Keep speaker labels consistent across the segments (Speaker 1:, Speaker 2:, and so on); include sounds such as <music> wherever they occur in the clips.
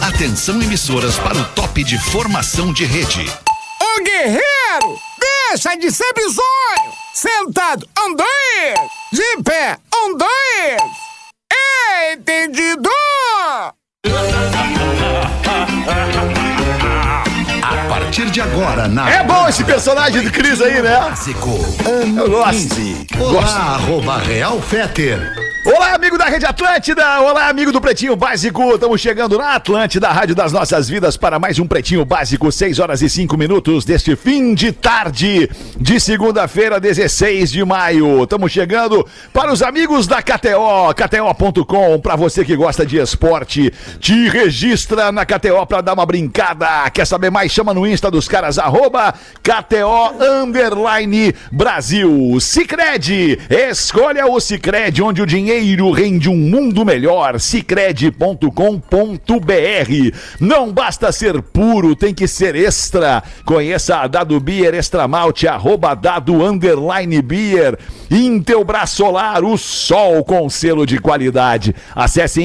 Speaker 1: Atenção emissoras para o top de formação de rede.
Speaker 2: Ô guerreiro, deixa de ser bizonho! Sentado, um, dois! De pé, um, dois! Entendido!
Speaker 1: A partir de agora na
Speaker 3: É bom esse personagem do Cris aí, né?
Speaker 1: Básico.
Speaker 3: Eu gosto.
Speaker 1: Olá,
Speaker 3: Gosto.
Speaker 1: arroba Real Feter.
Speaker 3: Olá, amigo da Rede Atlântida! Olá, amigo do Pretinho Básico! Estamos chegando na Atlântida, a Rádio das Nossas Vidas, para mais um Pretinho Básico, 6 horas e 5 minutos deste fim de tarde de segunda-feira, 16 de maio. Estamos chegando para os amigos da KTO, KTO.com, para você que gosta de esporte, te registra na KTO para dar uma brincada. Quer saber mais? Chama no Insta dos caras, arroba KTO Underline Brasil. Cicred, escolha o Cicred, onde o dinheiro rende um mundo melhor. Cicred.com.br. Não basta ser puro, tem que ser extra. Conheça a Dado Beer Extra Malte, arroba Dado Underline Beer. Intelbras Solar, o sol com selo de qualidade. Acesse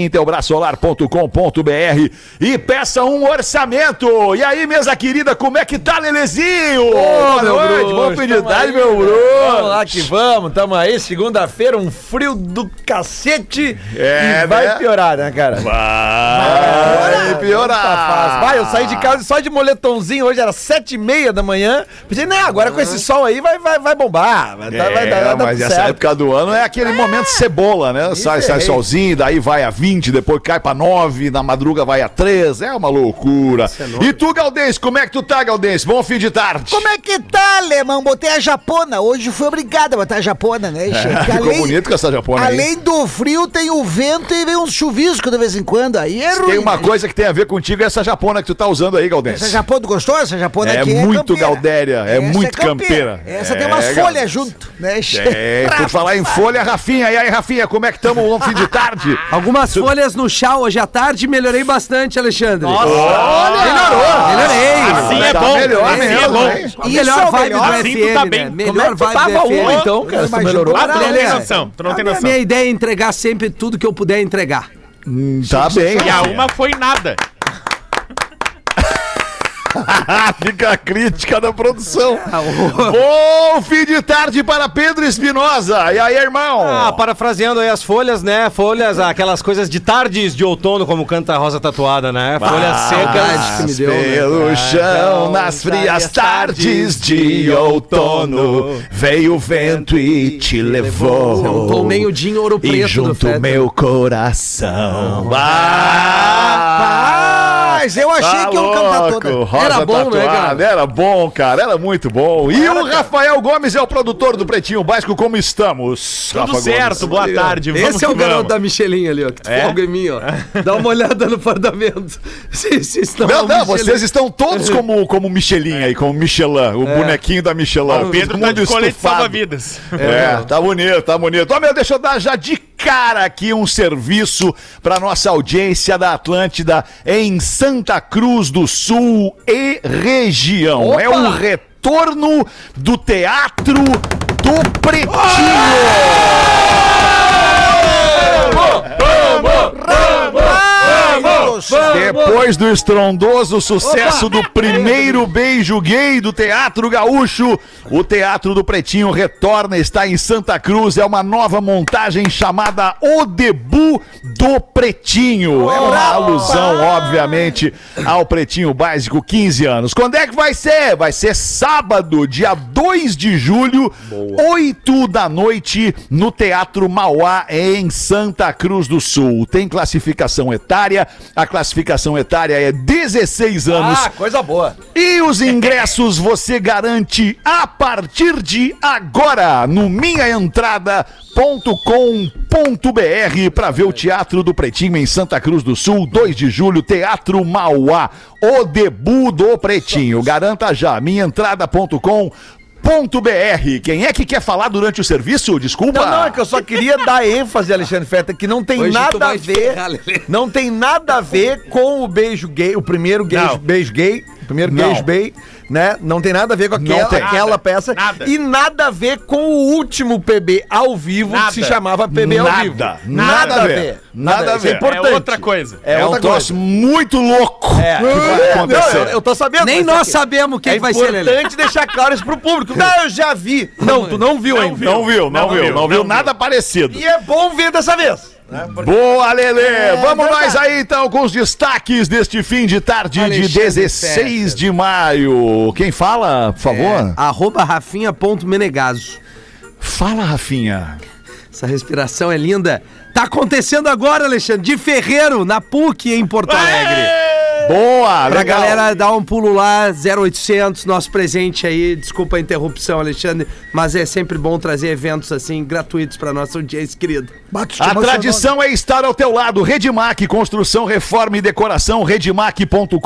Speaker 3: intelbrasolar.com.br e peça um orçamento. E aí, mesa querida, como é que tá, Lelezinho? Boa noite, boa fim de tarde, meu
Speaker 4: né? Vamos
Speaker 3: Bruno.
Speaker 4: lá que vamos, tamo aí. Segunda-feira, um frio do cacete.
Speaker 3: É,
Speaker 4: e vai
Speaker 3: né?
Speaker 4: piorar, né, cara?
Speaker 3: Vai
Speaker 4: Tá fácil.
Speaker 3: piorar.
Speaker 4: Vai, eu saí de casa só de moletomzinho, hoje era sete e meia da manhã. Pensei, não, agora com esse sol aí vai, vai, vai bombar. tá, Vai,
Speaker 3: Uhum.
Speaker 4: dar-
Speaker 3: É,
Speaker 4: vai dar, vai dar
Speaker 3: mas
Speaker 4: tudo
Speaker 3: essa
Speaker 4: certo.
Speaker 3: época do ano é aquele momento cebola, né? Sai, sai
Speaker 4: errei.
Speaker 3: solzinho, daí vai a 20, depois cai pra 9, na madruga vai a 3, é uma loucura. E tu, Galdense, como é que tu tá, Galdense? Bom fim de tarde. <laughs>
Speaker 5: Como é que tá, alemão? Botei a japona. Hoje fui obrigado a botar a japona, né?
Speaker 4: é?
Speaker 5: gente?
Speaker 3: É, <laughs> Ficou bonito com essa japona aí.
Speaker 5: Além do frio, tem o vento e vem uns chuviscos de vez em quando. Aí é ruim.
Speaker 3: Tem uma
Speaker 5: né?
Speaker 3: coisa que tem a ver contigo, é essa japona que tu tá usando aí, Galdense.
Speaker 5: Essa japona tu gostou? Essa japona
Speaker 3: É
Speaker 5: aqui
Speaker 3: muito
Speaker 5: campeira.
Speaker 3: gaudéria, é muito campeira.
Speaker 5: Essa tem
Speaker 3: É,
Speaker 5: umas
Speaker 3: Gaudério.
Speaker 5: folhas junto, né?
Speaker 3: É,
Speaker 4: <laughs>
Speaker 3: por falar em folha, Rafinha. E aí, Rafinha, como é que estamos? Bom fim de
Speaker 4: <laughs>
Speaker 3: tarde.
Speaker 6: <laughs> Algumas folhas no chá hoje à tarde melhorei bastante, Alexandre.
Speaker 3: Olha! Melhorou!
Speaker 6: Melhorei.
Speaker 3: Assim é
Speaker 7: Tá
Speaker 3: bom.
Speaker 7: melhor
Speaker 3: Assim
Speaker 7: mesmo,
Speaker 3: é bom.
Speaker 7: hein?
Speaker 6: A melhor
Speaker 5: Isso é o
Speaker 6: vibe
Speaker 5: melhor.
Speaker 6: do
Speaker 7: Assim tu
Speaker 6: FM,
Speaker 7: tá
Speaker 6: né?
Speaker 7: bem.
Speaker 4: Como é
Speaker 6: Melhor
Speaker 4: que tu
Speaker 6: vibe
Speaker 4: tava
Speaker 6: do
Speaker 4: uma,
Speaker 6: FM.
Speaker 4: então, cara?
Speaker 5: Eu
Speaker 4: Tu
Speaker 5: imagino
Speaker 4: melhorou?
Speaker 5: que
Speaker 7: Ah, tu não tem
Speaker 6: Galera,
Speaker 7: noção, tu não tem
Speaker 6: A
Speaker 7: noção.
Speaker 6: minha ideia é entregar sempre tudo que eu puder entregar.
Speaker 3: Tá bem.
Speaker 7: E a
Speaker 3: Rafinha.
Speaker 7: uma foi nada.
Speaker 3: Fica a crítica da produção.
Speaker 6: Ah,
Speaker 3: Bom fim de tarde para Pedro Espinosa. E aí, irmão?
Speaker 8: Ah, parafraseando aí as folhas, né? Folhas, aquelas coisas de tardes de outono, como canta a Rosa Tatuada,
Speaker 3: Ah,
Speaker 8: né? Folhas secas.
Speaker 6: que me deu, né? Então,
Speaker 3: Pelo chão, nas
Speaker 6: é
Speaker 3: frias então, tardes de outono, veio o vento e te levou.
Speaker 6: Tô um meio dia em ouro
Speaker 3: E
Speaker 6: preto do
Speaker 3: junto
Speaker 6: Fetter.
Speaker 3: meu coração. Ah,
Speaker 5: Mas eu achei
Speaker 7: Tá
Speaker 5: que eu cantar
Speaker 3: louco.
Speaker 5: toda.
Speaker 3: Rosa
Speaker 6: Era bom, né,
Speaker 3: tatuada. Era bom, cara. Era muito bom. E o Rafael Gomes é o produtor do Pretinho Básico. Como estamos?
Speaker 7: Tudo
Speaker 3: Rafa
Speaker 7: certo,
Speaker 3: Gomes?
Speaker 7: boa tarde. Vamos
Speaker 6: Esse é
Speaker 7: que
Speaker 6: o garoto
Speaker 7: vamos.
Speaker 6: da Michelin ali, ó. Que tu
Speaker 7: É?
Speaker 6: folga em mim, ó. Dá uma olhada no fardamento. <laughs> Vocês estão
Speaker 3: Não, não, vocês estão todos como, como Michelin aí, como Michelin, o bonequinho da Michelin.
Speaker 7: O Pedro
Speaker 3: Todo
Speaker 7: tá
Speaker 3: mundo
Speaker 7: de colete
Speaker 3: estufado.
Speaker 7: salva-vidas.
Speaker 3: É, tá bonito, tá bonito. Ó, meu, deixa eu dar já de cara aqui um serviço pra nossa audiência da Atlântida em Santa Cruz do Sul e região. É o retorno do teatro do Pretinho.
Speaker 5: Vamos!
Speaker 3: Depois do estrondoso sucesso do primeiro beijo gay do Teatro Gaúcho, o Teatro do Pretinho retorna, está em Santa Cruz, é uma nova montagem chamada O Debut do Pretinho. É uma alusão, obviamente, ao Pretinho Básico 15 anos. Quando é que vai ser? Vai ser sábado, dia 2 de julho, 8 da noite, no Teatro Mauá, em Santa Cruz do Sul. Tem classificação etária, a classificação etária é 16 anos.
Speaker 4: Ah, coisa boa.
Speaker 3: E os ingressos você garante a partir de agora no minhaentrada.com.br para ver o Teatro do Pretinho em Santa Cruz do Sul, 2 de julho, Teatro Mauá, o debut do Pretinho. Garanta já minhaentrada.com.br. Quem é que quer falar durante o serviço? Desculpa.
Speaker 4: Não, não, é que eu só queria dar ênfase, Alexandre Feta, que não tem
Speaker 6: Hoje tu
Speaker 4: nada a
Speaker 6: vai te
Speaker 4: ver.
Speaker 6: ferrar, Lelê.
Speaker 4: não tem nada a ver com o beijo gay, o primeiro gay,
Speaker 7: Não.
Speaker 4: beijo gay. o Primeiro
Speaker 3: Não.
Speaker 4: beijo gay.
Speaker 9: né? Não tem nada a ver com aquela,
Speaker 3: tem.
Speaker 9: aquela peça.
Speaker 7: Nada.
Speaker 9: E nada a ver com o último PB ao vivo
Speaker 7: Nada.
Speaker 9: que se chamava PB ao
Speaker 3: Nada.
Speaker 9: vivo.
Speaker 3: Nada a ver. Nada a
Speaker 9: Isso É
Speaker 3: ver. É
Speaker 9: importante.
Speaker 7: É outra coisa.
Speaker 3: É, um
Speaker 9: outra
Speaker 3: troço muito louco
Speaker 9: É.
Speaker 3: que vai acontecer.
Speaker 9: Não, eu, eu tô sabendo.
Speaker 6: Nem
Speaker 9: mas
Speaker 6: nós
Speaker 9: é que-
Speaker 6: sabemos quem
Speaker 9: é
Speaker 6: vai ser, Lelê.
Speaker 9: importante deixar claro isso pro público. Não, eu já vi. Não, tu não viu ainda.
Speaker 3: Não viu, não, viu, não viu nada parecido.
Speaker 9: E é bom ver dessa vez.
Speaker 3: Boa, Lelê!
Speaker 6: É,
Speaker 3: Vamos nós aí então com os destaques deste fim de tarde de 16 de maio. Quem fala, por
Speaker 6: É,
Speaker 3: favor?
Speaker 6: Arroba Rafinha.menegaso.
Speaker 3: Fala, Rafinha.
Speaker 6: Essa respiração é linda. Tá acontecendo agora, Alexandre, de Ferreiro, na PUC, em Porto Alegre.
Speaker 3: Boa,
Speaker 6: Pra
Speaker 3: legal.
Speaker 6: galera dar um pulo lá, 0800, nosso presente aí. Desculpa a interrupção, Alexandre, mas é sempre bom trazer eventos assim, gratuitos pra nossa audiência querida.
Speaker 10: Bato,
Speaker 3: A tradição é estar ao teu lado. Redmac, construção, reforma e decoração, redmac.com.br.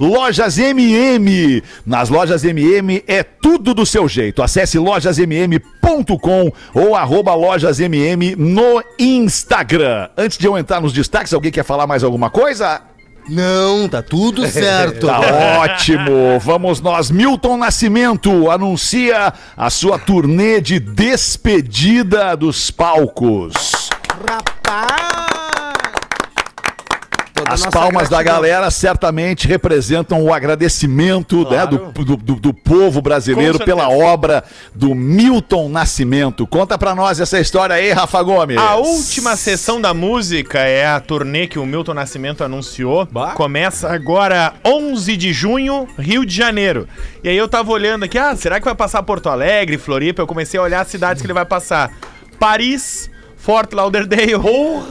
Speaker 3: Lojas MM. Nas lojas MM é tudo do seu jeito. Acesse lojasmm.com ou arroba lojasmm no Instagram. Antes de eu entrar nos destaques, alguém quer falar mais alguma coisa?
Speaker 11: Não, tá
Speaker 6: <laughs>
Speaker 11: tudo certo.
Speaker 3: Tá ótimo. Vamos nós. Milton Nascimento anuncia a sua turnê de despedida dos palcos.
Speaker 6: Toda a
Speaker 3: As
Speaker 6: tá nossa
Speaker 3: palmas da
Speaker 6: gratidão.
Speaker 3: galera certamente representam o agradecimento né, do, do- do- do povo brasileiro
Speaker 7: Com
Speaker 3: pela obra do Milton Nascimento. Conta pra nós essa história aí, Rafa Gomes.
Speaker 7: A última sessão da música é a turnê que o Milton Nascimento anunciou. Começa agora 11 de junho, Rio de Janeiro. E aí eu tava olhando aqui, ah, será que vai passar Porto Alegre, Floripa? Eu comecei a olhar as cidades que ele vai passar. Paris, Fort Lauderdale,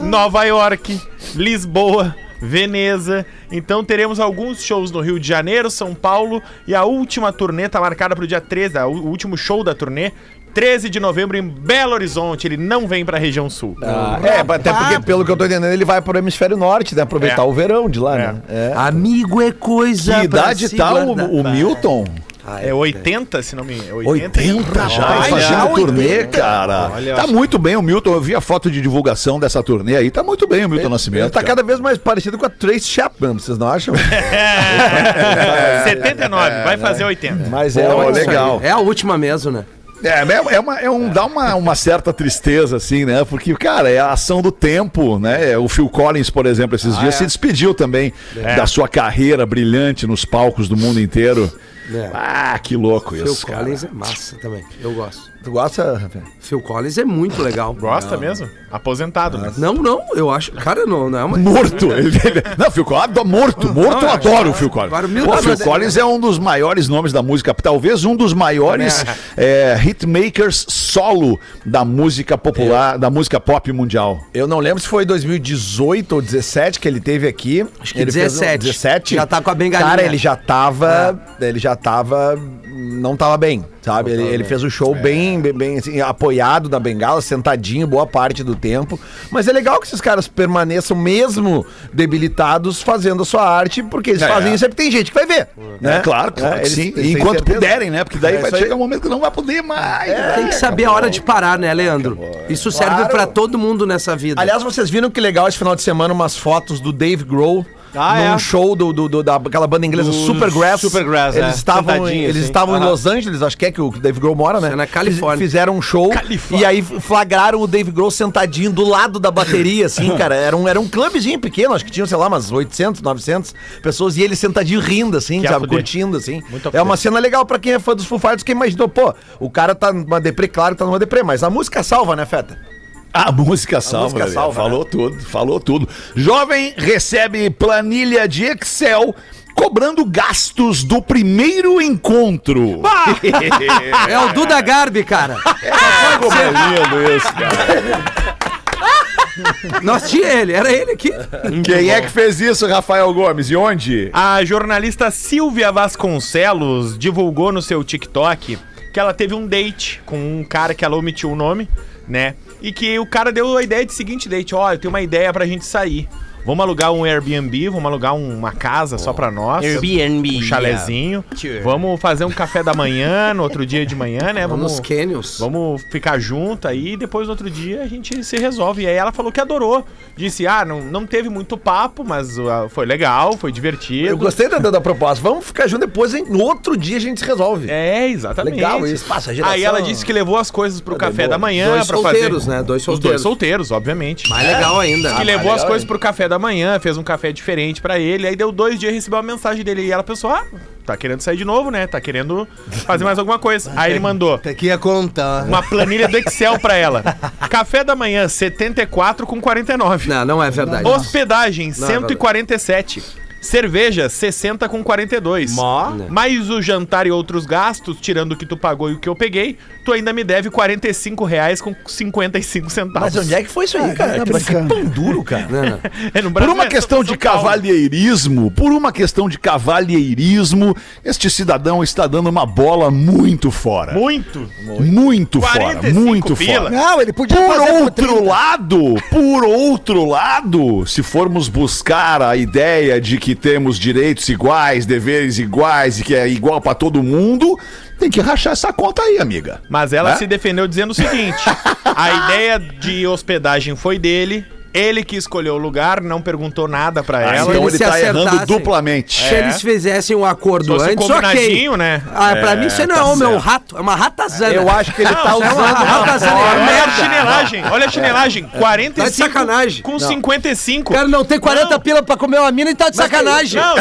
Speaker 7: Nova York, Lisboa, Veneza. Então teremos alguns shows no Rio de Janeiro, São Paulo e a última turnê tá marcada pro dia 13, o último show da turnê. 13 de novembro em Belo Horizonte, ele não vem pra região sul.
Speaker 3: Ah,
Speaker 9: É, até porque, pelo que eu tô entendendo, ele vai pro hemisfério norte, né? Aproveitar
Speaker 7: É.
Speaker 9: o verão de lá,
Speaker 7: É.
Speaker 9: né? É.
Speaker 6: Amigo é coisa.
Speaker 3: Que
Speaker 6: pra
Speaker 3: idade
Speaker 6: se
Speaker 3: tá o,
Speaker 6: guardar.
Speaker 3: o Milton?
Speaker 7: É 80, se não me engano. é 80? <laughs>
Speaker 3: 80
Speaker 9: Tá
Speaker 3: já,
Speaker 7: Olha,
Speaker 3: e fazendo turnê, cara.
Speaker 7: Olha,
Speaker 3: tá muito bem o Milton. Eu vi a foto de divulgação dessa turnê aí. Tá muito bem o Milton
Speaker 9: Ele
Speaker 3: Nascimento.
Speaker 9: tá
Speaker 3: cara.
Speaker 9: cada vez mais parecido com a Trace Chapman, vocês não acham?
Speaker 7: É, 79, vai fazer 80.
Speaker 9: Mas é,
Speaker 3: Pô,
Speaker 9: olha só.
Speaker 3: legal.
Speaker 6: É a última mesmo, né?
Speaker 3: É, né, é, uma- é um, dá uma, uma certa tristeza, assim, né? Porque, cara, é a ação do tempo, né? O Phil Collins, por exemplo,
Speaker 6: Ah,
Speaker 3: esses
Speaker 6: é.
Speaker 3: dias se despediu também da sua carreira brilhante nos palcos do mundo inteiro. Ah, que louco
Speaker 6: É. Phil
Speaker 3: isso, cara.
Speaker 6: Collins é massa também. Eu gosto.
Speaker 9: Tu gosta, Rafinha?
Speaker 6: Phil Collins é muito legal.
Speaker 7: Gosta mesmo? Aposentado. né?
Speaker 6: Não, não, eu acho. Cara, não, não é uma.
Speaker 3: Morto. <laughs> Ele, ele- não, Phil Collins, adoro- morto, morto, eu
Speaker 6: Não, é.
Speaker 3: adoro o Phil Collins.
Speaker 6: Agora, mil-
Speaker 3: Pô, O
Speaker 6: Ah,
Speaker 3: Phil
Speaker 6: mas é-
Speaker 3: Collins é um dos maiores nomes da música, talvez um dos maiores é, hitmakers solo da música
Speaker 6: É.
Speaker 3: popular, da música pop mundial.
Speaker 9: Eu não lembro se foi 2018 ou 17 que ele teve aqui.
Speaker 6: Acho que
Speaker 9: ele fez um-
Speaker 6: 17.
Speaker 9: 17?
Speaker 6: Já tá com a bengalinha.
Speaker 9: Cara, ele já tava. Ele já tava. Não tava bem, sabe? ele ele fez o show bem, bem, bem, assim, apoiado na bengala, sentadinho boa parte do tempo. Mas é legal que esses caras permaneçam, mesmo debilitados, fazendo a sua arte, porque eles
Speaker 3: É.
Speaker 9: fazem isso é porque tem gente que vai ver.
Speaker 3: É, claro, claro que
Speaker 9: né? eles-
Speaker 3: sim.
Speaker 9: eles têm
Speaker 3: Enquanto
Speaker 9: certeza.
Speaker 3: puderem, né? Porque daí
Speaker 9: É
Speaker 3: vai
Speaker 9: isso aí. É.
Speaker 3: chegar um momento que não vai poder mais. né?
Speaker 6: Tem que saber a hora de parar, né, Leandro? Isso serve
Speaker 9: Claro.
Speaker 6: pra todo mundo nessa vida.
Speaker 9: Aliás, vocês viram que legal esse final de semana umas fotos do Dave Grohl
Speaker 12: Ah,
Speaker 9: num
Speaker 12: é.
Speaker 9: show do, do- do- daquela banda inglesa
Speaker 12: Do
Speaker 9: Supergrass.
Speaker 12: Supergrass,
Speaker 9: eles
Speaker 12: é.
Speaker 9: estavam em,
Speaker 12: Sentadinho,
Speaker 9: Eles
Speaker 12: assim.
Speaker 9: estavam em
Speaker 12: Aham.
Speaker 9: Los Angeles, acho que é que o Dave Grohl mora, né?
Speaker 6: Isso é na Califórnia.
Speaker 9: Fiz- Fizeram um show e aí flagraram o Dave Grohl sentadinho do lado da bateria, assim, cara. Era um, era um clubezinho pequeno, acho que tinha, sei lá, umas 800, 900 pessoas e ele sentadinho rindo, assim,
Speaker 7: Que a
Speaker 9: sabe?
Speaker 7: fuder.
Speaker 9: Curtindo, assim.
Speaker 7: Muito a
Speaker 9: é
Speaker 7: fuder.
Speaker 9: uma cena legal pra quem é fã dos Foo Fighters, quem imaginou, pô, o cara tá numa deprê, claro que tá numa deprê, mas a música salva, né, Feta?
Speaker 3: Ah, A música salva.
Speaker 9: música
Speaker 3: né?
Speaker 9: salva,
Speaker 3: falou tudo, falou tudo. Jovem recebe planilha de Excel cobrando gastos do primeiro encontro.
Speaker 6: é o Duda Garbi, cara.
Speaker 3: Ah, como é lindo isso, cara.
Speaker 6: Nós tinha ele, era ele aqui.
Speaker 3: Quem é que fez isso, Rafael Gomes? E onde?
Speaker 7: A jornalista Silvia Vasconcelos divulgou no seu TikTok que ela teve um date com um cara que ela omitiu o nome, né? E que o cara deu a ideia de seguinte date: ó, eu tenho uma ideia pra gente sair. Vamos alugar um Airbnb, vamos alugar uma casa só pra nós.
Speaker 9: Airbnb.
Speaker 7: Um chalezinho. Vamos fazer um café da manhã, no outro dia de manhã, né?
Speaker 6: Vamos nos Canyons.
Speaker 7: Vamos ficar junto aí e depois no outro dia a gente se resolve. E aí ela falou que adorou. Disse, ah, não, não teve muito papo, mas ah, foi legal, foi divertido.
Speaker 4: Eu gostei da, da proposta. Vamos ficar junto depois, hein? no outro dia a gente se resolve.
Speaker 7: É, exatamente.
Speaker 4: Legal isso. Passa a geração.
Speaker 7: Aí ela disse que levou as coisas pro café
Speaker 4: boa.
Speaker 7: da manhã
Speaker 6: Dois
Speaker 7: pra
Speaker 6: solteiros,
Speaker 7: fazer.
Speaker 6: né? Dois
Speaker 7: Os dois
Speaker 6: solteiros.
Speaker 7: solteiros, obviamente.
Speaker 6: Mais Ah, legal ainda.
Speaker 7: que levou as
Speaker 4: legal,
Speaker 7: coisas pro café da manhã, fez um café diferente pra ele, aí deu dois dias e recebeu uma mensagem dele. E ela pensou: ah, tá querendo sair de novo, né? Tá querendo fazer mais alguma coisa. Aí ele mandou
Speaker 9: Até que ia contar.
Speaker 7: uma planilha do Excel pra ela: café da manhã, 74 com 49.
Speaker 6: Não, não é verdade.
Speaker 7: Hospedagem,
Speaker 6: Não,
Speaker 7: 147. Cerveja, 60 com 42.
Speaker 8: Mó.
Speaker 7: Mais o jantar e outros gastos, tirando o que tu pagou e o que eu peguei, tu ainda me deve 45 reais com 55 centavos.
Speaker 4: Mas onde é que foi isso aí, cara? Que que pão duro, cara.
Speaker 6: Não, não.
Speaker 7: <laughs> É no
Speaker 3: Por
Speaker 7: Brasil,
Speaker 3: uma
Speaker 7: é
Speaker 3: questão
Speaker 7: São
Speaker 3: de
Speaker 7: Paulo.
Speaker 3: cavalheirismo, por uma questão de cavalheirismo, este cidadão está dando uma bola muito fora.
Speaker 7: Muito.
Speaker 3: Muito fora,
Speaker 7: 45
Speaker 3: muito
Speaker 7: pila.
Speaker 3: fora.
Speaker 5: Não, ele podia
Speaker 3: Por
Speaker 5: fazer por
Speaker 3: outro
Speaker 5: 30.
Speaker 3: lado, por outro lado, se formos buscar a ideia de que temos direitos iguais, deveres iguais e que é igual pra todo mundo, tem que rachar essa conta aí, amiga.
Speaker 7: Mas ela
Speaker 3: Né?
Speaker 7: se defendeu dizendo o seguinte: a ideia de hospedagem foi dele, ele que escolheu o lugar, não perguntou nada pra
Speaker 3: Ah,
Speaker 7: ela.
Speaker 3: então
Speaker 6: eles
Speaker 3: ele
Speaker 6: se
Speaker 3: tá errando
Speaker 6: acertassem.
Speaker 3: duplamente.
Speaker 6: Se eles fizessem um acordo
Speaker 7: É. Fosse
Speaker 6: antes, ok.
Speaker 7: combinadinho, né?
Speaker 6: Ah, pra mim você não é homem, é um rato. É uma ratazana.
Speaker 4: Eu acho que ele tá
Speaker 6: Não, é uma
Speaker 4: usando.
Speaker 6: ratazana, é uma
Speaker 7: Olha a
Speaker 6: merda.
Speaker 7: chinelagem, olha a chinelagem. 45
Speaker 6: Tá de sacanagem.
Speaker 7: com 55.
Speaker 6: O cara não tem 40
Speaker 7: Não.
Speaker 6: pila pra comer uma mina e tá de sacanagem.
Speaker 7: Não.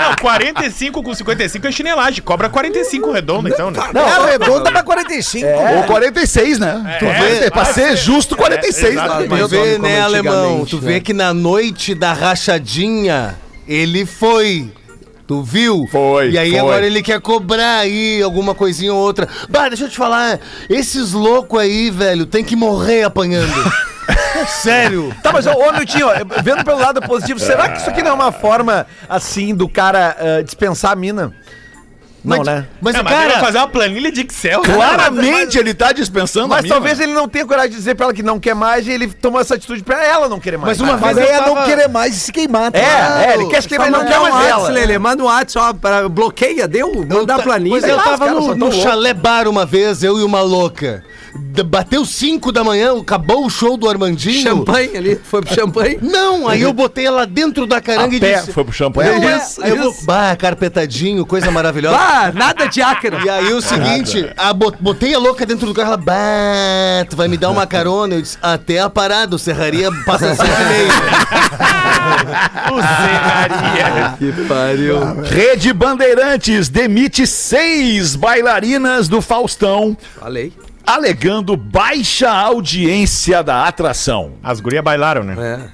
Speaker 7: Não, 45 com 55 é chinelagem. Cobra 45 redonda, então, né?
Speaker 5: Não, é redonda pra 45.
Speaker 3: É. Ou 46, né? Tu vê, pra ser justo, 46, né?
Speaker 7: exato.
Speaker 9: Tu
Speaker 6: Mais
Speaker 9: vê,
Speaker 6: dono como
Speaker 9: né, alemão?
Speaker 6: antigamente,
Speaker 9: Tu
Speaker 6: né?
Speaker 9: vê que na noite da rachadinha ele foi. Tu viu?
Speaker 3: Foi,
Speaker 9: E aí
Speaker 3: foi.
Speaker 9: agora ele quer cobrar aí alguma coisinha ou outra. Bah, deixa eu te falar, esses loucos aí, velho, tem que morrer
Speaker 4: <laughs>
Speaker 9: apanhando. Sério.
Speaker 4: Tá, mas ô, ô Miltinho, ó, vendo pelo lado positivo, será que isso aqui não é uma forma, assim, do cara eh, dispensar a mina? Não,
Speaker 9: mas,
Speaker 4: né?
Speaker 9: Mas,
Speaker 7: É, mas ele vai
Speaker 9: cara,
Speaker 7: fazer uma planilha de Excel. né?
Speaker 3: Claramente ele tá dispensando a
Speaker 4: Mas
Speaker 3: mina.
Speaker 4: talvez ele não tenha coragem de dizer pra ela que não quer mais e ele tomou essa atitude pra ela não querer mais. Ah,
Speaker 9: Mas uma
Speaker 5: Mas
Speaker 9: vez
Speaker 5: aí
Speaker 9: eu
Speaker 5: é não
Speaker 9: tava-
Speaker 5: querer mais e se queimar. tá?
Speaker 4: É, é, ele quer se queimar,
Speaker 6: Mas manda
Speaker 4: ele não quer
Speaker 6: um
Speaker 4: mais
Speaker 6: WhatsApp,
Speaker 4: ela.
Speaker 6: Lelê. Manda um WhatsApp, ó, pra- bloqueia, deu? Mandar
Speaker 9: ta-
Speaker 6: planilha.
Speaker 9: Mas
Speaker 6: Sei
Speaker 9: é, eu
Speaker 6: lá,
Speaker 9: tava
Speaker 6: os caras
Speaker 9: no,
Speaker 6: são
Speaker 9: no
Speaker 6: tão loucos.
Speaker 9: chalé bar uma vez, eu e uma louca. D- bateu 5 da manhã, acabou o show do Armandinho.
Speaker 6: Champanhe ali, foi pro champanhe.
Speaker 9: Não, aí eu botei ela dentro da caranga e disse...
Speaker 3: foi pro champanhe.
Speaker 9: Não, é,
Speaker 6: Isso,
Speaker 9: aí eu vou-
Speaker 6: isso.
Speaker 9: Bah, carpetadinho, coisa maravilhosa.
Speaker 6: Ah, nada de ácaro.
Speaker 9: E aí o seguinte, a bo- botei a louca dentro do carro, ela, bah, tu vai me
Speaker 6: <laughs>
Speaker 9: dar uma carona? Eu disse, até a parada, o Serraria passa às sete e meia.
Speaker 7: O Serraria.
Speaker 6: Que pariu.
Speaker 3: Ah, Rede Bandeirantes demite seis bailarinas do Faustão,
Speaker 6: Falei.
Speaker 3: alegando baixa audiência da atração.
Speaker 7: As gurias bailaram,
Speaker 6: É.
Speaker 7: né?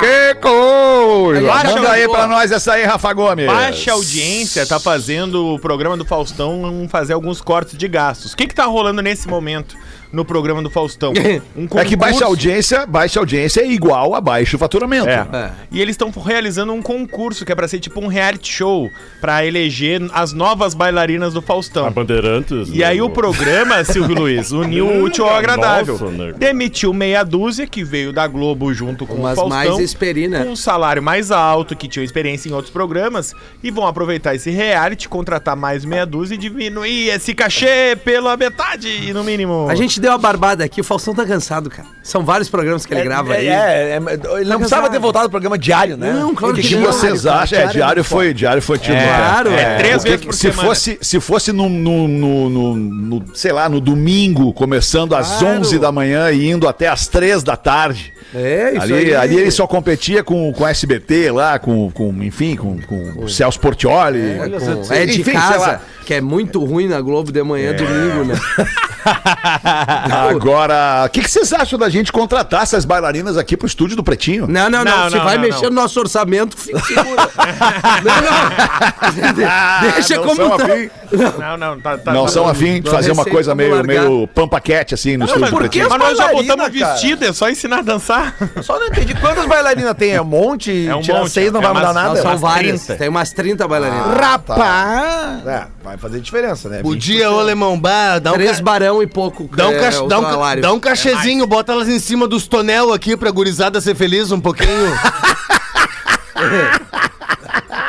Speaker 3: Que coisa!
Speaker 7: Baixa
Speaker 3: Manda aí
Speaker 7: boa.
Speaker 3: pra nós essa aí, Rafa Gomes.
Speaker 7: Baixa audiência tá fazendo o programa do Faustão fazer alguns cortes de gastos. O que que tá rolando nesse momento no programa do Faustão? Um
Speaker 3: <laughs> É que baixa
Speaker 7: concurso-
Speaker 3: audiência, baixa audiência é igual a baixo faturamento.
Speaker 7: É. E eles estão realizando um concurso que é pra ser tipo um reality show pra eleger as novas bailarinas do
Speaker 3: Ah,
Speaker 7: Faustão.
Speaker 13: Bandeirantes.
Speaker 7: E aí o programa, Silvio Luiz, uniu o útil ao agradável.
Speaker 13: Nossa, nego.
Speaker 7: Demitiu meia dúzia que veio da Globo junto com
Speaker 6: Umas
Speaker 7: o Faustão.
Speaker 6: mais experi, né?
Speaker 7: Com um salário mais alto, que tinham experiência em outros programas. E vão aproveitar esse reality, contratar mais meia dúzia e diminuir esse cachê pela metade, no mínimo.
Speaker 6: A gente deu a barbada aqui, o Faustão tá cansado, cara. São vários programas que ele grava
Speaker 4: é,
Speaker 6: aí.
Speaker 4: é, é, ele não precisava ter voltado ao programa diário, né?
Speaker 6: Não, claro
Speaker 4: Ele
Speaker 6: que
Speaker 3: Que
Speaker 4: tinha
Speaker 6: não.
Speaker 3: vocês acham? É, diário foi, diário foi tido. no pé.
Speaker 6: Claro,
Speaker 7: É,
Speaker 6: é.
Speaker 7: três
Speaker 3: Porque
Speaker 7: vezes por
Speaker 3: se
Speaker 7: semana.
Speaker 3: fosse se fosse no, no, no- no- no- sei lá no domingo começando às 11 da manhã e indo até às 3 da tarde
Speaker 6: É, isso
Speaker 3: ali
Speaker 6: aí.
Speaker 3: ali ele só competia com com SBT lá com, com enfim com, com o Celso Portioli
Speaker 6: Com- é de
Speaker 3: enfim, sei lá.
Speaker 6: casa, que é muito ruim na Globo de manhã, domingo, né?
Speaker 3: Ah, agora o que, que vocês acham da gente contratar essas bailarinas aqui pro estúdio do Pretinho
Speaker 6: Não, não, não.
Speaker 7: Não,
Speaker 6: Você
Speaker 7: não,
Speaker 6: vai
Speaker 7: não,
Speaker 6: mexer
Speaker 7: não.
Speaker 6: no nosso orçamento, fica segura. não, não. De- Deixa
Speaker 3: Ah, não
Speaker 6: como
Speaker 3: são
Speaker 6: tá.
Speaker 3: afim.
Speaker 7: Não, não, tá. tá
Speaker 3: Não
Speaker 7: tá
Speaker 4: um
Speaker 3: são
Speaker 7: bom.
Speaker 3: afim de
Speaker 6: Não
Speaker 3: fazer uma
Speaker 6: sei
Speaker 3: coisa
Speaker 6: como
Speaker 3: meio,
Speaker 6: largar.
Speaker 3: meio pampa cat, assim, no estúdio
Speaker 7: Mas,
Speaker 3: do
Speaker 7: por
Speaker 3: Pretinho.
Speaker 7: que
Speaker 4: as
Speaker 7: nós já
Speaker 4: bailarinas,
Speaker 7: botamos
Speaker 4: cara?
Speaker 7: vestido, é só ensinar a dançar.
Speaker 4: Eu só não entendi quantas bailarinas tem. É um monte,
Speaker 7: É um
Speaker 4: tirar
Speaker 7: monte,
Speaker 4: seis não
Speaker 7: é,
Speaker 4: vai
Speaker 7: mas
Speaker 4: mudar
Speaker 7: não
Speaker 6: Não,
Speaker 4: nada.
Speaker 6: são
Speaker 7: umas
Speaker 6: várias.
Speaker 7: 30.
Speaker 6: Tem umas 30 bailarinas.
Speaker 4: Rapaz! É, vai fazer diferença, né?
Speaker 9: Podia, ô alemão, bah, dá um,
Speaker 6: Três
Speaker 9: ca-
Speaker 6: barão e pouco.
Speaker 9: dá um,
Speaker 6: é,
Speaker 9: cach-
Speaker 6: o
Speaker 9: dá um ca-
Speaker 6: salário.
Speaker 9: dá um cachezinho, bota elas em cima dos tonel aqui pra gurizada ser feliz um pouquinho.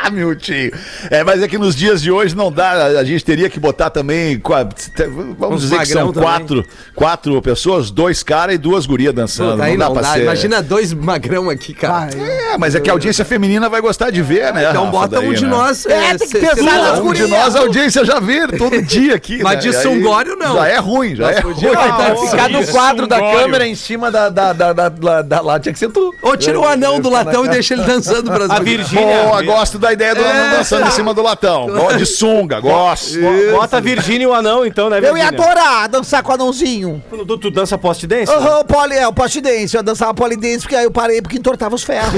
Speaker 3: Ah, meu tio. É, mas é que nos dias de hoje não dá. A, a gente teria que botar também. qua- te- Vamos
Speaker 6: Uns
Speaker 3: dizer que são
Speaker 6: magrão também.
Speaker 3: quatro, quatro pessoas, dois caras e duas gurias dançando.
Speaker 6: Puta, tá aí
Speaker 3: não dá pra ser.
Speaker 6: Imagina dois magrão aqui, cara.
Speaker 3: É, mas é que a audiência feminina vai gostar de ver, né?
Speaker 6: então
Speaker 3: Rafa,
Speaker 6: bota
Speaker 3: daí,
Speaker 6: um de
Speaker 3: né?
Speaker 6: nós.
Speaker 5: É, tem que
Speaker 6: se-
Speaker 5: pensar
Speaker 6: se-
Speaker 5: nas
Speaker 6: se-
Speaker 3: Um de nós, a audiência já vê
Speaker 6: <laughs>
Speaker 3: todo dia aqui.
Speaker 6: Mas
Speaker 3: né?
Speaker 6: de
Speaker 3: E aí,
Speaker 6: Sungório, não.
Speaker 3: Já é ruim, já é ruim.
Speaker 6: podia botar
Speaker 4: Vai
Speaker 6: esse
Speaker 4: ficar tá no
Speaker 7: isso,
Speaker 4: quadro
Speaker 7: um
Speaker 4: da
Speaker 7: gólio.
Speaker 4: câmera em cima da, da, da, da, da, da lá. Tinha que ser tu.
Speaker 6: Ou tira o anão do latão e deixa ele dançando
Speaker 7: <laughs>
Speaker 6: Brasil. A
Speaker 3: Boa, gosto da ideia do
Speaker 6: É.
Speaker 3: anão dançando em cima do latão. Gosto de sunga, gosto.
Speaker 8: Bota a Virgínia e o anão, então, né,
Speaker 5: Eu ia
Speaker 8: Virgínia?
Speaker 5: adorar dançar com o anãozinho.
Speaker 8: Tu, tu dança poste dance?
Speaker 5: Aham, o poli, é, o poste dance. Eu dançava pole dance porque aí eu parei porque entortava os ferros.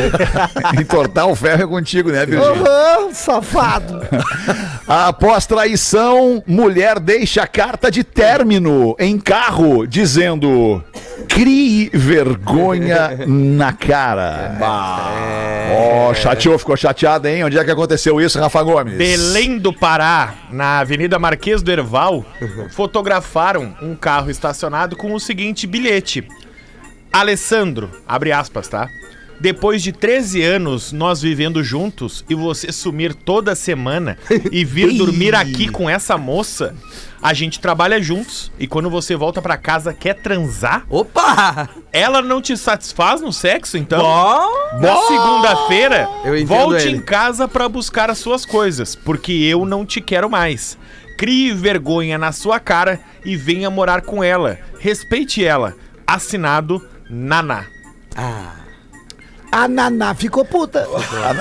Speaker 3: <laughs> Entortar o ferro é contigo, né, Virgínia?
Speaker 5: Aham, safado.
Speaker 3: <laughs> Após traição, mulher deixa carta de término em carro, dizendo: crie vergonha na cara. Ó, chateou, ficou chateada, hein? Onde é que aconteceu isso, Rafa Gomes?
Speaker 7: Belém do Pará, na Avenida Marquês do Herval, <laughs> fotografaram um carro estacionado com o seguinte bilhete: Alessandro, abre aspas, tá? Depois de 13 anos nós vivendo juntos e você sumir toda
Speaker 5: <laughs>
Speaker 7: semana e vir dormir aqui com essa moça, a gente trabalha juntos e quando você volta pra casa quer transar,
Speaker 6: Opa!
Speaker 7: ela não te satisfaz no sexo, então?
Speaker 6: Ó!
Speaker 7: Na segunda-feira,
Speaker 6: Eu entendo
Speaker 7: volte
Speaker 6: ele.
Speaker 7: em casa pra buscar as suas coisas, porque eu não te quero mais. Crie vergonha na sua cara e venha morar com ela. Respeite ela. Assinado Naná.
Speaker 5: A Naná ficou puta.
Speaker 3: <laughs>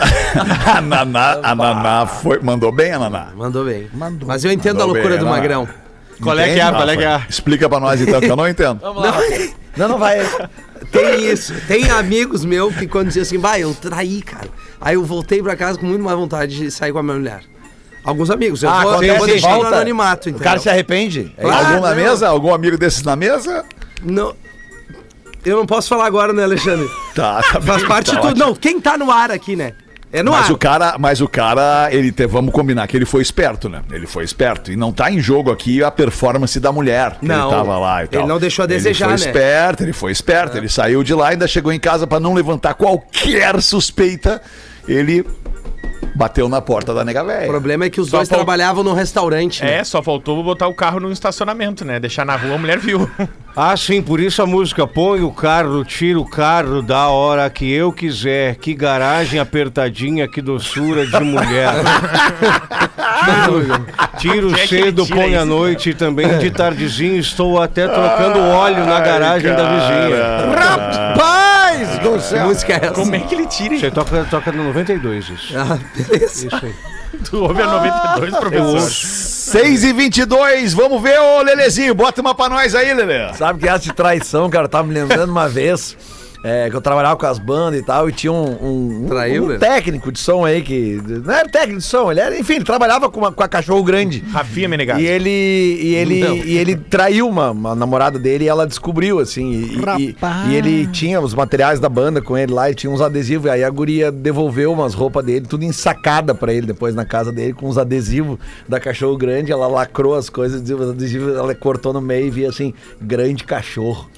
Speaker 3: A Naná, a Naná foi, mandou bem a Naná.
Speaker 6: Mandou bem. Mas eu entendo a
Speaker 3: Mandou
Speaker 6: loucura
Speaker 3: bem,
Speaker 6: do
Speaker 3: ela-
Speaker 6: Magrão.
Speaker 8: Qual é que é? Qual é que é?
Speaker 3: Explica pra nós então, que eu não entendo.
Speaker 4: Não, não vai.
Speaker 6: Tem isso. Tem amigos meus que quando diziam assim, vai, eu traí, cara. Aí eu voltei pra casa com muito mais vontade de sair com a minha mulher. Alguns amigos. Eu
Speaker 4: Ah,
Speaker 6: vou, eu
Speaker 4: acontece,
Speaker 6: vou deixar no
Speaker 4: volta.
Speaker 6: anonimato,
Speaker 4: O
Speaker 6: entendeu?
Speaker 4: cara se arrepende? É
Speaker 6: Claro,
Speaker 3: Algum na
Speaker 6: não.
Speaker 3: mesa? Algum amigo desses na mesa?
Speaker 6: Não... Eu não posso falar agora, né, Alexandre?
Speaker 3: Tá, <laughs> tá
Speaker 6: Faz
Speaker 3: bem, tá
Speaker 6: parte de
Speaker 3: ótimo.
Speaker 6: tudo. Não, quem tá no ar aqui, né? É no
Speaker 3: mas
Speaker 6: ar.
Speaker 3: o cara, mas o cara, ele te- vamos combinar que ele foi esperto, né? Ele foi esperto e não tá em jogo aqui a performance da mulher que
Speaker 6: Não,
Speaker 3: ele tava lá e tal.
Speaker 6: ele não deixou a desejar,
Speaker 3: ele
Speaker 6: né? É.
Speaker 3: foi esperto, ele foi esperto, ele saiu de lá ainda chegou em casa pra não levantar qualquer suspeita. Ele bateu na porta da nega
Speaker 6: O
Speaker 3: velha.
Speaker 6: problema é que os
Speaker 7: Só
Speaker 6: dois
Speaker 7: fal-
Speaker 6: trabalhavam num restaurante. né?
Speaker 7: É, só faltou botar o carro num estacionamento, né? Deixar na rua, a mulher viu.
Speaker 8: <laughs> Ah, sim, por isso a música. Põe o carro, tira o carro da hora que eu quiser. Que garagem apertadinha, que doçura de
Speaker 5: <laughs>
Speaker 8: mulher. Tiro
Speaker 7: Onde é que ele
Speaker 8: cedo,
Speaker 7: tira
Speaker 8: põe à
Speaker 7: isso,
Speaker 8: noite e também de tardezinho. Estou até
Speaker 5: <laughs>
Speaker 8: trocando óleo na garagem da vizinha.
Speaker 4: Rapaz do
Speaker 6: Que
Speaker 4: céu!
Speaker 6: música é essa?
Speaker 7: Como é que ele tira?
Speaker 8: Você
Speaker 7: isso?
Speaker 8: toca, toca no 92, isso.
Speaker 6: Ah, beleza.
Speaker 7: Tu ouve a 92, professor?
Speaker 3: 6 e 22 vamos ver, ô Lelezinho, bota uma pra nós aí, Lele.
Speaker 4: Sabe que essa de traição, cara, eu tava me lembrando uma vez. é, que eu trabalhava com as bandas e tal, e tinha um, um- um-
Speaker 6: Traiu,
Speaker 4: um
Speaker 6: né?
Speaker 4: técnico de som aí que. Não era técnico de som, ele era, enfim, ele trabalhava com, uma- com a cachorro grande.
Speaker 7: Rafinha Menegato.
Speaker 4: E ele, e
Speaker 6: Não.
Speaker 4: ele, e ele traiu uma, uma namorada dele e ela descobriu, assim. E, e- e ele tinha os materiais da banda com ele lá e tinha uns adesivos. E aí a guria devolveu umas roupas dele, tudo ensacada pra ele depois na casa dele, com uns adesivos da Cachorro Grande. Ela lacrou as coisas, os adesivos, ela cortou no meio e via assim: grande cachorro.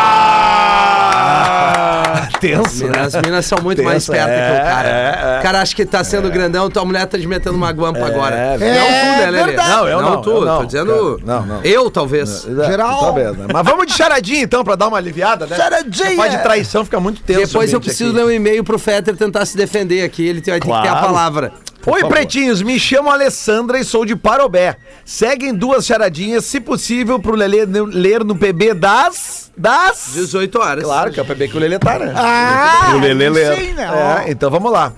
Speaker 4: Bah! <laughs> Tenso, né?
Speaker 6: As meninas são muito
Speaker 4: Tenso,
Speaker 6: mais espertas
Speaker 4: é,
Speaker 6: que o cara.
Speaker 4: é, é.
Speaker 6: o cara acha que tá sendo grandão, tua mulher tá te metendo uma guampa agora.
Speaker 4: é
Speaker 6: não tu, né, Lelê?
Speaker 4: verdade. Não, eu não,
Speaker 6: tu,
Speaker 4: eu não,
Speaker 6: tô dizendo.
Speaker 4: cara. Não, não.
Speaker 6: Eu, talvez.
Speaker 4: Geral. né? Mas vamos de charadinha então, pra dar uma aliviada, né?
Speaker 5: Charadinha!
Speaker 4: Faz de traição, fica muito tenso.
Speaker 6: Depois
Speaker 4: o
Speaker 6: eu
Speaker 4: ambiente
Speaker 6: preciso
Speaker 4: aqui.
Speaker 6: ler um e-mail pro Fetter tentar se defender aqui. Ele tem- vai ter que ter a
Speaker 3: Claro.
Speaker 6: palavra.
Speaker 4: Oi, pretinhos, me chamo Alessandra e sou de Parobé. Seguem duas charadinhas, se possível, pro Lelê ne- ler no PB das. Das.
Speaker 6: 18 horas.
Speaker 4: Claro que é o PB que o Lelê tá, né?
Speaker 5: Ah!
Speaker 3: O Lelê
Speaker 5: não
Speaker 3: Leandro.
Speaker 5: sei, não.
Speaker 4: É, então vamos lá.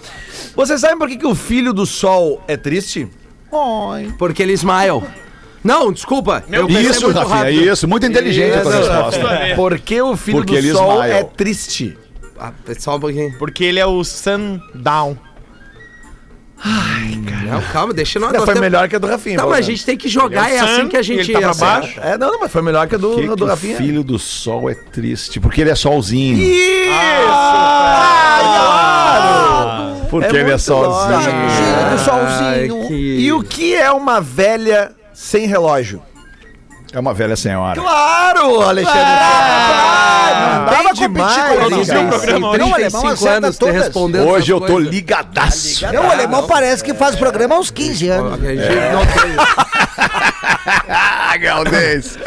Speaker 4: Vocês sabem por que, que o filho do sol é triste?
Speaker 5: Oi.
Speaker 6: Porque ele smile. Não, desculpa. eu pensei
Speaker 3: Isso,
Speaker 6: muito
Speaker 3: Rafinha,
Speaker 6: rápido.
Speaker 3: isso. Muito inteligente a tua
Speaker 4: Isso.
Speaker 3: resposta.
Speaker 4: é, Porque o filho
Speaker 3: Porque ele
Speaker 4: do sol
Speaker 3: smile.
Speaker 4: é triste.
Speaker 6: Ah, só um pouquinho.
Speaker 7: Porque ele é o Sundown.
Speaker 6: Não, calma, deixa nós.
Speaker 4: Não,
Speaker 6: nós
Speaker 4: foi
Speaker 6: temos-
Speaker 4: melhor que né? a do Rafinha.
Speaker 6: Não,
Speaker 4: pelo
Speaker 6: mas a
Speaker 4: menos.
Speaker 6: gente tem que jogar, é
Speaker 7: Ele é o
Speaker 6: assim
Speaker 7: Sam,
Speaker 6: que a gente
Speaker 7: ele tá pra
Speaker 6: acerta.
Speaker 7: baixo.
Speaker 4: É, não, não, mas foi melhor que a do,
Speaker 3: Que
Speaker 4: a do
Speaker 3: que
Speaker 4: Rafinha.
Speaker 3: filho do sol é triste, porque ele é solzinho.
Speaker 7: Ah,
Speaker 4: Ah,
Speaker 3: Porque ele é solzinho.
Speaker 4: Tadinho do solzinho.
Speaker 6: Ai, que-
Speaker 4: um E o que é uma velha sem relógio?
Speaker 3: É uma velha senhora.
Speaker 4: Claro, Alexandre. Ah,
Speaker 5: Dava
Speaker 4: tem
Speaker 6: um
Speaker 5: competir
Speaker 4: demais,
Speaker 5: com ele,
Speaker 4: cara.
Speaker 7: Produziu o programa hoje.
Speaker 5: Não, alemão
Speaker 6: 35
Speaker 5: acerta
Speaker 6: anos te
Speaker 5: todas.
Speaker 6: respondendo.
Speaker 3: Hoje eu tô
Speaker 6: ligado.
Speaker 4: Tá
Speaker 3: ligadaço.
Speaker 5: Não, o alemão parece que faz o programa há uns 15 anos.
Speaker 3: É. Ah,
Speaker 4: <laughs>
Speaker 3: Galdês.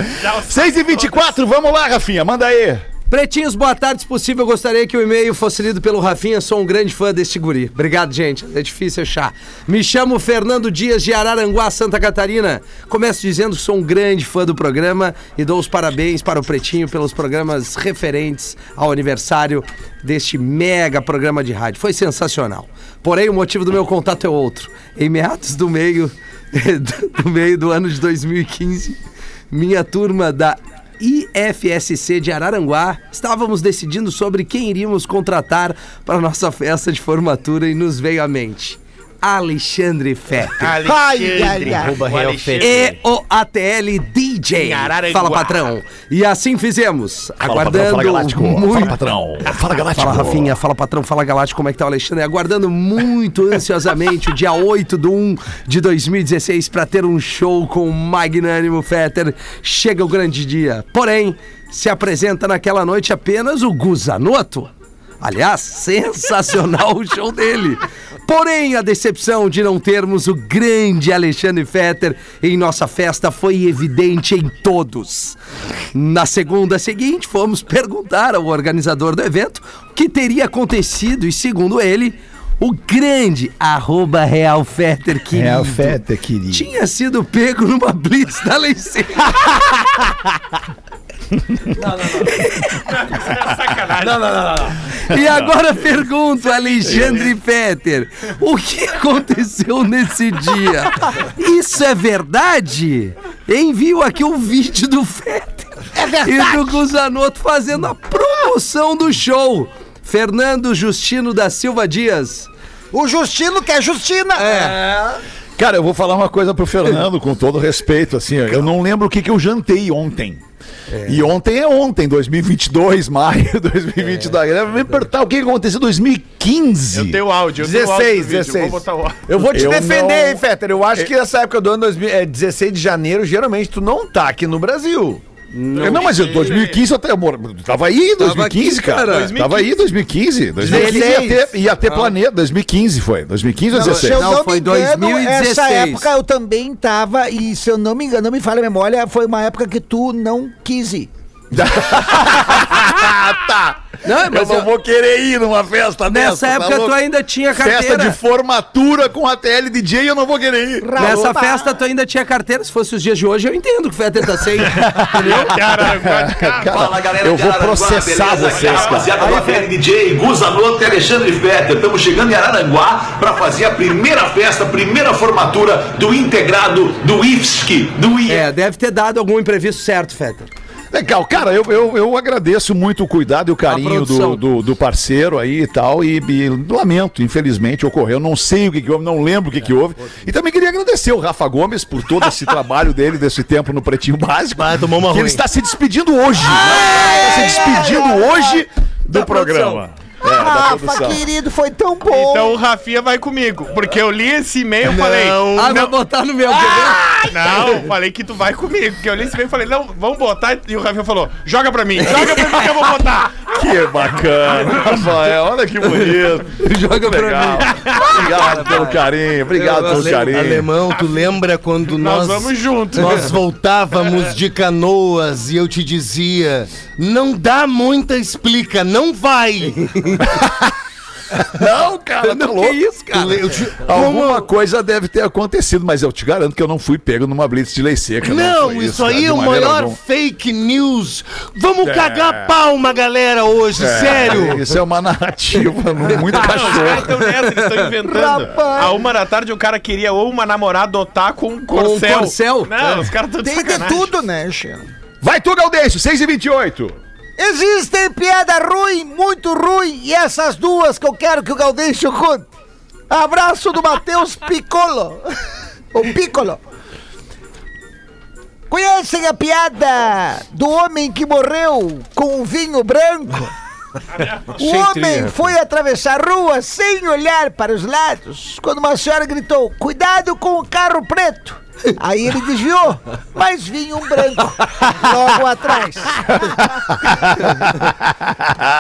Speaker 3: 6 e 24 vamos lá, Rafinha, manda aí.
Speaker 6: Pretinhos, boa tarde, se possível. Eu gostaria que o e-mail fosse lido pelo Rafinha. Sou um grande fã desse guri. Obrigado, gente. É difícil achar. Me chamo Fernando Dias de Araranguá, Santa Catarina. Começo dizendo que sou um grande fã do programa e dou os parabéns para o Pretinho pelos programas referentes ao aniversário deste mega programa de rádio. Foi sensacional. Porém, o motivo do meu contato é outro. Em meados do meio <laughs> do, meio do ano de 2015, minha turma da IFSC de Araranguá, estávamos decidindo sobre quem iríamos contratar para nossa festa de formatura e nos veio à mente. Alexandre Fetter
Speaker 5: Ai, ai, ai.
Speaker 6: e o ATL DJ.
Speaker 7: Araranguá.
Speaker 6: Fala, patrão. E assim fizemos,
Speaker 3: patrão,
Speaker 6: aguardando
Speaker 3: fala galáctico. Fala,
Speaker 6: muito
Speaker 3: patrão. Fala galáctico.
Speaker 6: Fala, Rafinha. Fala, patrão. Fala, Galáctico. Como é que tá o Alexandre? Aguardando muito <laughs> ansiosamente o dia 8 de 1 de 2016 para ter um show com o magnânimo Fetter. Chega o grande dia. Porém, se apresenta naquela noite apenas o Guzanoto. Aliás, sensacional o show dele. Porém, a decepção de não termos o grande Alexandre Fetter em nossa festa foi evidente em todos. Na segunda seguinte, fomos perguntar ao organizador do evento o que teria acontecido e, segundo ele, o grande arroba Real Fetter querido
Speaker 3: Real Fetter, querido.
Speaker 6: tinha sido pego numa blitz da Lei
Speaker 5: <laughs>
Speaker 6: Seca.
Speaker 7: Sacanagem.
Speaker 6: E agora pergunto, Alexandre Fetter, o que aconteceu nesse dia? Isso é verdade? Envio aqui um vídeo do Fetter
Speaker 5: É
Speaker 6: e do Guzanoto fazendo a promoção do show. Fernando Justino da Silva Dias. É.
Speaker 5: O Justino quer Justina.
Speaker 3: Cara, eu vou falar uma coisa pro Fernando, com todo respeito, assim, ó, eu não lembro o que, que eu jantei ontem. E ontem é ontem, 2022, <laughs> maio, 2022. É. Me perguntar o que que aconteceu em 2015.
Speaker 7: Eu tenho áudio, eu tenho do
Speaker 4: 16,
Speaker 7: vídeo,
Speaker 4: 16.
Speaker 7: Vou botar o áudio.
Speaker 4: Eu vou te
Speaker 3: Eu
Speaker 4: defender,
Speaker 3: não-
Speaker 4: hein, Fetter. Eu acho que essa época do ano 2000, é, 16 de janeiro, geralmente tu não tá aqui no Brasil.
Speaker 3: Não,
Speaker 7: então.
Speaker 3: mas em 2015 eu, até, eu mor- tava aí em 2015,
Speaker 6: aqui, cara. Ah.
Speaker 3: cara. Tava aí em 2015. 2015 ia ter, ia ter planeta. 2015 foi. 2015 ou
Speaker 5: Se
Speaker 3: 16?
Speaker 5: eu
Speaker 6: Não,
Speaker 5: não,
Speaker 6: foi
Speaker 5: me engano,
Speaker 6: 2016.
Speaker 5: essa época eu também tava, e se eu não me engano, não me falha a memória, foi uma época que tu não quis ir.
Speaker 6: Não,
Speaker 3: Ah, tá. eu não vou querer ir numa festa
Speaker 6: nessa
Speaker 3: dessa, tá
Speaker 6: época tu
Speaker 3: louco?
Speaker 6: ainda tinha
Speaker 3: Festa
Speaker 6: carteira.
Speaker 3: de formatura com a TL DJ, eu não vou querer ir.
Speaker 6: Nessa festa tu ainda tinha carteira. Se fosse os dias de hoje, eu entendo que o Fetter
Speaker 5: <laughs>
Speaker 6: tá sem. Entendeu?
Speaker 3: <laughs>
Speaker 7: Caralho, guarda de cara.
Speaker 3: Cara, eu vou processar vocês, cara.
Speaker 13: Rapaziada do ATL DJ, Guzanoto e Alexandre Fetter. Estamos chegando em Araranguá para fazer a primeira festa, a primeira formatura do integrado do IFSC, do IFSC.
Speaker 6: É, deve ter dado algum imprevisto certo, Fetter.
Speaker 3: Legal, cara, eu, eu, eu agradeço muito o cuidado e o carinho do,
Speaker 6: produção.
Speaker 3: do, do parceiro aí e tal, e, e lamento, infelizmente, ocorreu, não sei o que, que houve, não lembro o que, que houve, e também queria agradecer o Rafa Gomes por todo esse trabalho dele, desse tempo no Pretinho Básico,
Speaker 9: Vai, tomou uma
Speaker 3: que ele
Speaker 9: ruim.
Speaker 3: está se despedindo hoje, né? está se despedindo hoje do programa. É, da
Speaker 5: Rafa,
Speaker 3: produção.
Speaker 5: querido, foi tão bom.
Speaker 7: Então o Rafinha vai comigo. Porque eu li esse e-mail e falei.
Speaker 6: Ah, vai botar no meu, quer ver?
Speaker 7: Não, falei que tu vai comigo. Porque eu li esse e-mail e falei, não, vamos botar. E o Rafinha falou: joga pra mim, joga pra mim que eu vou botar.
Speaker 3: Que bacana, Rafael, olha que bonito.
Speaker 6: Joga pra
Speaker 3: Legal. Obrigado pelo carinho, obrigado pelo
Speaker 9: Ale-
Speaker 3: carinho.
Speaker 9: Ah! Alemão, tu lembra quando
Speaker 7: Nós
Speaker 9: nós,
Speaker 7: vamos juntos.
Speaker 9: nós
Speaker 6: <laughs>
Speaker 9: voltávamos de canoas e eu te dizia: não dá muita explica, não vai.
Speaker 3: Não, cara, tá louco.
Speaker 6: Que isso, cara?
Speaker 9: Eu te-
Speaker 3: Alguma coisa deve ter acontecido, mas eu te garanto que eu não fui pego numa blitz de lei seca.
Speaker 9: Não,
Speaker 3: foi
Speaker 9: isso,
Speaker 3: cara,
Speaker 9: aí
Speaker 3: de
Speaker 9: é o
Speaker 3: maneira
Speaker 9: maior
Speaker 3: alguma.
Speaker 9: fake news. Vamos
Speaker 8: É.
Speaker 9: cagar palma, galera, hoje, sério.
Speaker 3: É, <laughs> isso é uma narrativa muito
Speaker 7: Não, os caras
Speaker 3: cachorro.
Speaker 7: estão nessa, eles estão inventando. A uma da tarde o cara queria ou uma namorada otaku ou um corcel.
Speaker 6: corcel?
Speaker 7: Não, os caras estão de
Speaker 5: Tem de
Speaker 7: sacanagem.
Speaker 5: tudo, né, Chino?
Speaker 3: Vai tu, Gaudêncio, 6 e 28
Speaker 5: Existem piada ruim, muito ruim, e essas duas que eu quero que o Gaudêncio conte. Abraço do Matheus Piccolo. Ou Piccolo. Conhecem a piada Ah, do homem que morreu com um
Speaker 7: <laughs>
Speaker 5: vinho branco? O homem foi atravessar a rua sem olhar para os lados quando uma senhora
Speaker 6: Oh,
Speaker 5: gritou: Cuidado com o carro preto! Aí ele desviou, mas vinha um branco logo atrás.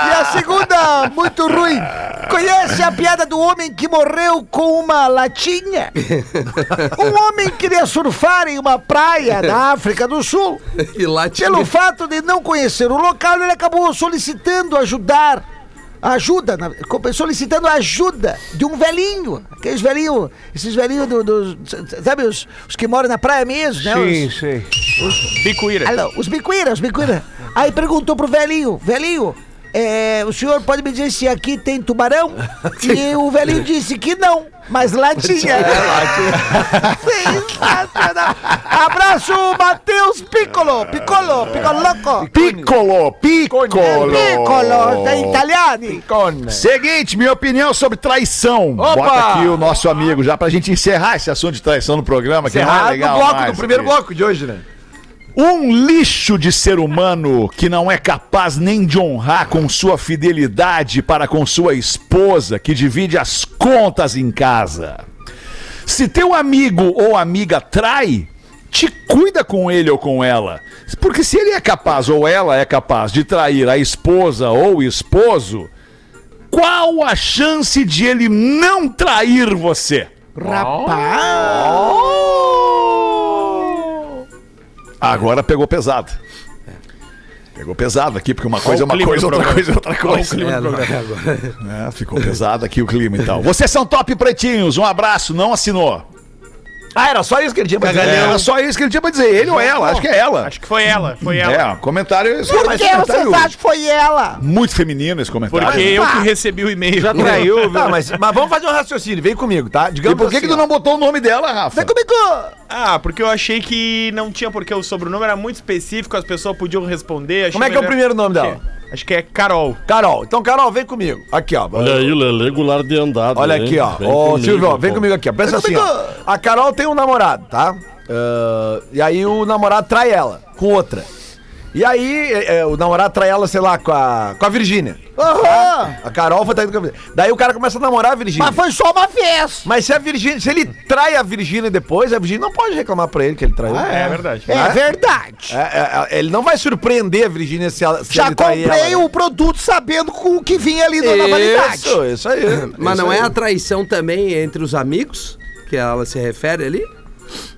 Speaker 5: E a segunda, muito ruim. Conhece a piada do homem que morreu com uma latinha? Um homem queria surfar em uma praia da África do Sul.
Speaker 6: <laughs> E lá tinha. <laughs>
Speaker 5: Pelo fato de não conhecer o local, ele acabou solicitando ajudar. Ajuda, na- co- solicitando ajuda de um velhinho. Aqueles velhinhos, esses velhinhos do- dos. sabe, os, os que moram na praia mesmo, né?
Speaker 8: <laughs> Sim,
Speaker 5: Os-
Speaker 8: sim.
Speaker 7: Bicuíra.
Speaker 5: Alô, os bicuíra, os bicuíra. Aí perguntou pro velhinho, velhinho, é, o senhor pode me dizer se aqui tem <laughs> tubarão? E o velhinho disse que não, mas é, lá tinha. <laughs> Sensacional. Abraço, Matheus Piccolo, Piccolo, Piccoloco.
Speaker 3: Piccolo, piccolo.
Speaker 5: Piccolo, tá da italiani.
Speaker 3: Seguinte, minha opinião sobre traição. Bota aqui o nosso amigo já pra gente encerrar esse assunto de traição no programa, que é
Speaker 7: Ah,
Speaker 3: mais legal. mais, aqui.
Speaker 4: bloco de hoje, né?
Speaker 3: Um lixo de ser humano que não é capaz nem de honrar com sua fidelidade para com sua esposa, que divide as contas em casa. Se teu amigo ou amiga trai, te cuida com ele ou com ela. Porque se ele é capaz ou ela é capaz de trair a esposa ou o esposo, qual a chance de ele não trair você? Ah! Agora pegou pesado. Pegou pesado aqui, porque uma coisa é uma coisa, outra coisa é outra coisa.
Speaker 6: É, não é agora.
Speaker 3: É, ficou pesado aqui o clima e tal. Vocês são top pretinhos, um abraço, não assinou.
Speaker 4: Ah, era só isso que ele é tinha pra dizer.
Speaker 3: É. Era só isso que ele tinha pra dizer, ele ou ela, acho que é ela.
Speaker 7: Acho que foi ela, foi ela.
Speaker 3: É, comentário, esse
Speaker 5: Por
Speaker 3: comentário
Speaker 5: que vocês acham que foi ela?
Speaker 3: muito feminino esse comentário.
Speaker 7: Porque eu que recebi o e-mail. Já
Speaker 8: Traiu, viu?
Speaker 4: Tá, mas, mas vamos fazer um raciocínio, vem comigo, tá?
Speaker 3: E
Speaker 4: Digamos
Speaker 3: por que, que tu
Speaker 4: ó.
Speaker 3: não botou o nome dela, Rafa?
Speaker 5: Vem comigo.
Speaker 7: Ah, porque eu achei que não tinha, porque o sobrenome era muito específico, as pessoas podiam responder. achei
Speaker 4: Como é que é o
Speaker 7: melhor-
Speaker 4: primeiro nome dela?
Speaker 7: Acho que é Carol.
Speaker 4: Carol. Então, Carol, vem comigo. Aqui, ó.
Speaker 14: Olha aí, É, o Lelê Goulart de andado.
Speaker 4: Olha
Speaker 14: hein?
Speaker 4: aqui, ó.
Speaker 14: Vem
Speaker 4: Ô,
Speaker 14: comigo,
Speaker 4: Silvio, ó, vem
Speaker 14: pô.
Speaker 4: comigo aqui, ó. Pensa assim, ó. A Carol tem um namorado, tá? Ah, e aí o namorado trai ela com outra. E aí é, é, o namorado trai ela, sei lá, com a, com a Virgínia. Tá?
Speaker 5: Aham.
Speaker 4: A Carol foi traída com a Virgínia. Daí o cara começa a namorar a Virgínia.
Speaker 5: Mas
Speaker 4: Mas,
Speaker 5: foi só uma vez.
Speaker 4: se a Virgínia, se ele trai a Virgínia depois, a Virgínia não pode reclamar pra ele que ele traiu. Né?
Speaker 7: É, verdade.
Speaker 5: É verdade.
Speaker 4: É, é, é, ele não vai surpreender a Virgínia se ela se
Speaker 5: Já
Speaker 4: ele trair
Speaker 5: comprei
Speaker 4: ela. né?
Speaker 5: o produto sabendo com o que vinha ali na validade.
Speaker 4: Isso, isso
Speaker 5: <laughs>
Speaker 4: aí.
Speaker 6: Mas
Speaker 4: isso
Speaker 6: não
Speaker 4: aí.
Speaker 6: é a traição também entre os amigos, que ela se refere ali,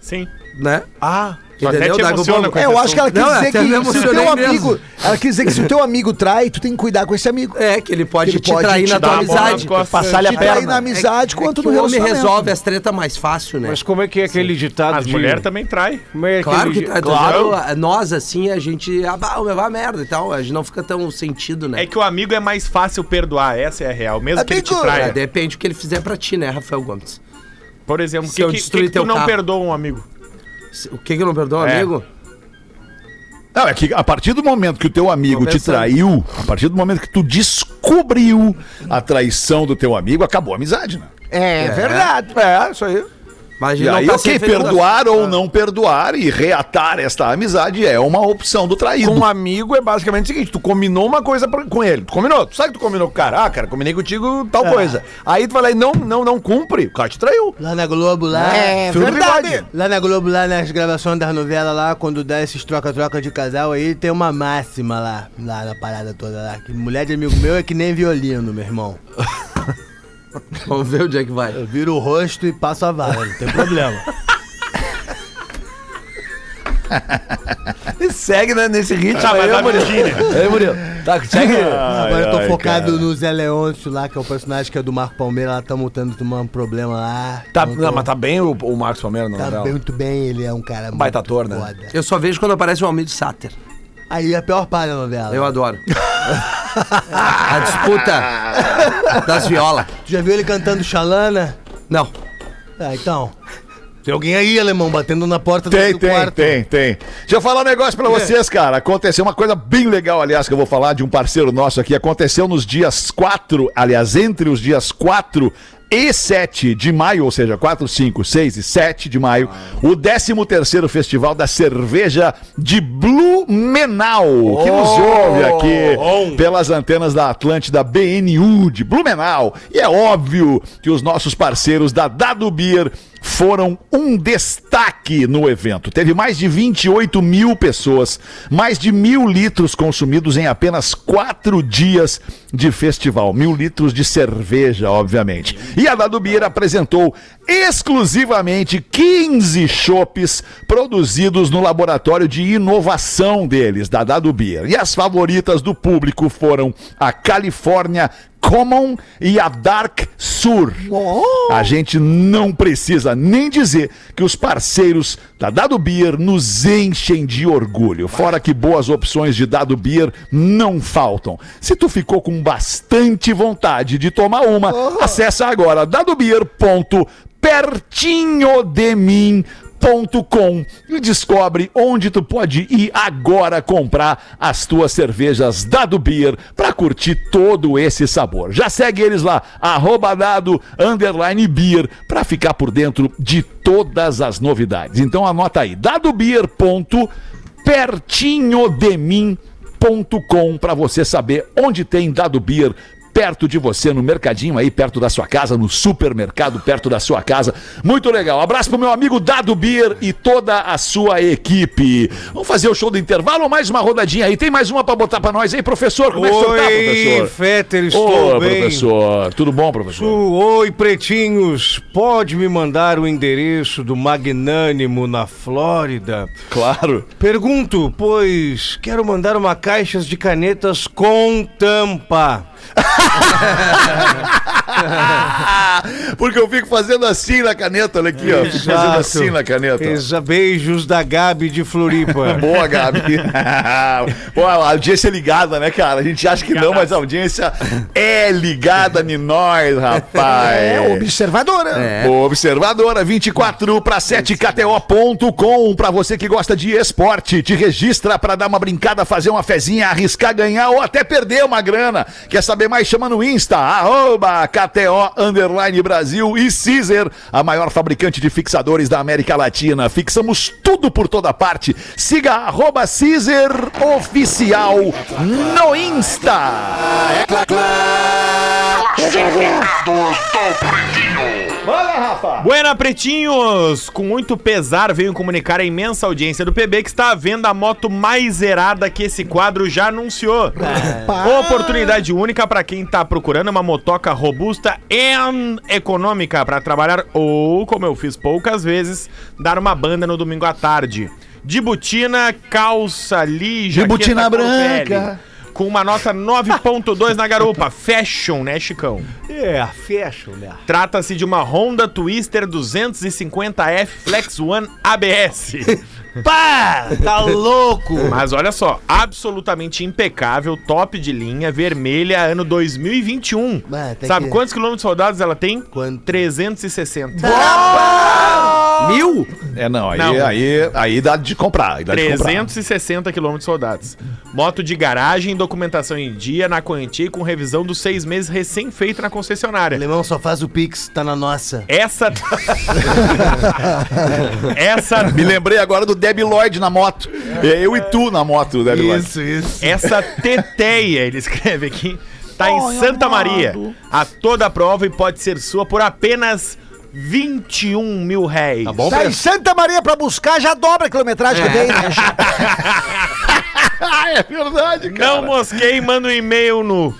Speaker 7: Sim.
Speaker 6: né?
Speaker 4: Ah,
Speaker 7: Tu até te
Speaker 6: Dago
Speaker 7: emociona
Speaker 6: Bobo?
Speaker 7: com
Speaker 5: É,
Speaker 7: esse
Speaker 5: eu acho que ela quis
Speaker 6: Não,
Speaker 5: dizer
Speaker 6: até me
Speaker 5: que se o
Speaker 6: emocionei
Speaker 5: teu
Speaker 6: mesmo.
Speaker 5: amigo. Ela quis dizer que se o teu amigo trai, tu tem que cuidar com esse amigo.
Speaker 6: É, que ele pode
Speaker 5: Ele
Speaker 6: te
Speaker 5: pode
Speaker 6: trair
Speaker 5: te
Speaker 6: na
Speaker 7: dar
Speaker 6: tua
Speaker 7: uma bola nas
Speaker 6: amizade.
Speaker 7: costas.
Speaker 4: Passalha a
Speaker 5: Tanto aí
Speaker 4: perna.
Speaker 5: na amizade quanto
Speaker 6: é
Speaker 5: no
Speaker 6: que o homem
Speaker 5: relacionamento.
Speaker 6: resolve as tretas mais fácil, né?
Speaker 8: Mas como é que é aquele ditado
Speaker 7: As
Speaker 8: de...
Speaker 7: mulheres também traem.
Speaker 8: Como é
Speaker 6: Claro que um
Speaker 8: aquele
Speaker 4: tá.
Speaker 8: di-
Speaker 6: tra- tra- nós, assim, a gente. Ah, vai, meu, vai a merda e tal. A gente não fica tão sentido, né?
Speaker 7: É que o amigo é mais fácil perdoar, essa é a real. Mesmo que ele te
Speaker 5: Amigo,
Speaker 7: traia.
Speaker 6: É, depende do que ele fizer pra ti, né, Rafael Gomes?
Speaker 7: Por exemplo, o
Speaker 6: Se
Speaker 7: que,
Speaker 6: eu
Speaker 7: que,
Speaker 6: destruir
Speaker 7: que tu
Speaker 6: teu
Speaker 7: não
Speaker 6: carro.
Speaker 7: perdoa um amigo?
Speaker 6: Se- O que que eu não perdoo,
Speaker 7: É.
Speaker 6: amigo?
Speaker 3: Não, é que a partir do momento que o teu amigo
Speaker 6: Tô
Speaker 3: te
Speaker 6: pensando.
Speaker 3: traiu, a partir do momento que tu descobriu a traição do teu amigo, acabou a amizade, né?
Speaker 5: É, verdade.
Speaker 4: É, isso aí.
Speaker 6: Mas a gente
Speaker 3: E aí,
Speaker 6: tá
Speaker 3: ok,
Speaker 6: sem feliz.
Speaker 3: perdoar
Speaker 4: Ah.
Speaker 3: ou não perdoar e reatar esta amizade é uma opção do traído.
Speaker 4: com um amigo é basicamente o seguinte: tu combinou uma coisa pra- com ele. Tu combinou, tu sabe que tu combinou com o cara. Ah, cara, combinei contigo tal coisa. Aí tu vai lá e não, não, não cumpre, o cara te traiu.
Speaker 9: Lá na Globo, lá.
Speaker 5: É,
Speaker 4: Filho do
Speaker 5: verdade.
Speaker 4: bigode.
Speaker 9: Lá na Globo, lá nas gravações das novelas, lá, quando dá esses troca-troca de casal aí, tem uma máxima lá, lá na parada toda lá. Que mulher de amigo meu é que nem violino, meu irmão.
Speaker 6: Vamos ver onde é que vai.
Speaker 9: Eu viro o rosto e passo a vara, não tem problema.
Speaker 4: E segue né, nesse ritmo.
Speaker 7: Tá, mas
Speaker 4: aí,
Speaker 7: a
Speaker 4: ô, Murilo.
Speaker 7: Virgínia.
Speaker 4: Aí, Murilo. Tá, segue.
Speaker 9: Agora eu tô
Speaker 3: ai,
Speaker 9: focado
Speaker 3: cara.
Speaker 9: no Zé Leôncio lá, que é o personagem que é do Marco Palmeira, lá estamos tendo tomando um problema lá.
Speaker 4: Tá,
Speaker 9: Tamo-
Speaker 4: não, mas tá bem o, o Marcos Palmeira, não
Speaker 9: tá
Speaker 4: não.
Speaker 9: bem, muito bem, ele é um cara muito
Speaker 4: Baita ator, né?
Speaker 9: foda.
Speaker 6: Eu só vejo quando aparece o Almir Sater.
Speaker 9: Aí é a pior parte da novela.
Speaker 6: Eu adoro. a disputa das violas.
Speaker 9: Tu já viu ele cantando Xalana?
Speaker 6: Não.
Speaker 9: Ah, então. Tem alguém aí, alemão, batendo na porta
Speaker 3: Tem, tem, tem, tem. Deixa eu falar um negócio pra vocês, cara. Aconteceu uma coisa bem legal, aliás, que eu vou falar de um parceiro nosso aqui. Aconteceu nos dias 4, aliás, entre os dias 4 e 7 de maio, ou seja, 4, 5, 6 e 7 de maio, o 13º Festival da Cerveja de Blumenau, que nos ouve aqui pelas antenas da Atlântida BNU de Blumenau. E é óbvio que os nossos parceiros da Dado Beer foram um destaque no evento. Teve mais de 28 mil pessoas, mais de mil litros consumidos em apenas quatro dias de festival. Mil litros de cerveja, obviamente. E a Dado Beer apresentou exclusivamente 15 chopes produzidos no laboratório de inovação deles, da Dado Beer. E as favoritas do público foram a Califórnia Common e a Dark Sur. A gente não precisa nem dizer que os parceiros da Dado Beer nos enchem de orgulho. Fora que boas opções de Dado Beer não faltam. Se tu ficou com bastante vontade de tomar uma, acessa agora dadobeer.pertinhodemim.com e descobre onde tu pode ir agora comprar as tuas cervejas Dado Beer para curtir todo esse sabor. Já segue eles lá, arroba dado underline beer, para ficar por dentro de todas as novidades. Então anota aí, dadobeer.pertinhodemim.com para você saber onde tem Dado Beer perto de você, no mercadinho aí, perto da sua casa, no supermercado, perto da sua casa. Muito legal. Abraço pro meu amigo Dado Beer e toda a sua equipe. Vamos fazer o show do intervalo ou mais uma rodadinha aí? Tem mais uma pra botar pra nós aí, professor? Como é que o senhor tá,
Speaker 8: Oi,
Speaker 3: professor?
Speaker 8: Fetter,
Speaker 3: Ô,
Speaker 8: estou bem.
Speaker 3: professor. Tudo bom, professor?
Speaker 8: Su- Oi, pretinhos. Pode me mandar o endereço do Magnânimo na Flórida?
Speaker 3: Claro. <laughs>
Speaker 8: Pergunto, pois quero mandar uma caixa de canetas com tampa.
Speaker 3: Ah, Porque eu fico fazendo assim na caneta, olha aqui, ó. Fico fazendo
Speaker 8: Exato.
Speaker 3: assim na caneta.
Speaker 8: Exa, beijos da Gabi de
Speaker 3: <laughs>
Speaker 8: Floripa.
Speaker 3: Boa, Gabi. <laughs> Pô, a audiência é ligada, né, cara? A gente acha que não, mas a audiência é ligada em <laughs> nós, rapaz.
Speaker 5: É, observadora.
Speaker 3: Observadora 24 para 7 KTO.com. Para você que gosta de esporte, te registra para dar uma brincada, fazer uma fezinha, arriscar ganhar ou até perder uma grana. Quer saber mais? Chama no Insta, arroba KTO Underline Brasil e Caesar, a maior fabricante de fixadores da América Latina. Fixamos tudo por toda parte. Siga arroba Caesar Oficial no Insta.
Speaker 7: Buena Pretinhos! Com muito pesar, venho comunicar a imensa audiência do PB que está à venda a moto mais zerada que esse quadro já anunciou. Oportunidade única para quem está procurando uma motoca robusta e econômica para trabalhar ou, como eu fiz poucas vezes, dar uma banda no domingo à tarde. De botina, calça, lija,
Speaker 3: De botina branca.
Speaker 7: Com uma nota 9.2 na garupa. Fashion, né, Chicão?
Speaker 8: É, fecha, né?
Speaker 7: Trata-se de uma Honda Twister 250F Flex One ABS.
Speaker 9: <laughs>
Speaker 8: Pá! <laughs> Tá louco!
Speaker 7: Mas olha só, absolutamente impecável, top de linha, vermelha, ano 2021.
Speaker 9: Ah, tem
Speaker 7: Sabe
Speaker 9: que-
Speaker 7: quantos quilômetros rodados ela tem?
Speaker 9: Quanto?
Speaker 7: 360.
Speaker 6: Mil?
Speaker 3: É, não, aí,
Speaker 7: Não.
Speaker 3: aí, aí dá de comprar. Aí dá de comprar.
Speaker 7: 360 quilômetros rodados. Moto de garagem, documentação em dia, na quantia e com revisão dos seis meses recém-feita na concessionária.
Speaker 9: Alemão só faz o Pix, tá na nossa.
Speaker 7: Essa. tá- <laughs>
Speaker 9: <laughs>
Speaker 7: Essa tá
Speaker 3: Me lembrei agora do Debi Lloyd na moto. É, Eu e tu na moto, Debi Lloyd.
Speaker 9: isso.
Speaker 7: Essa teteia, ele escreve aqui, tá em Santa Maria. A toda prova e pode ser sua por apenas 21 mil réis. Tá bom?
Speaker 5: Tá em Santa Maria pra buscar, já dobra a quilometragem que tem. né?
Speaker 3: Ah, é verdade,
Speaker 7: Não mosquei, manda um e-mail no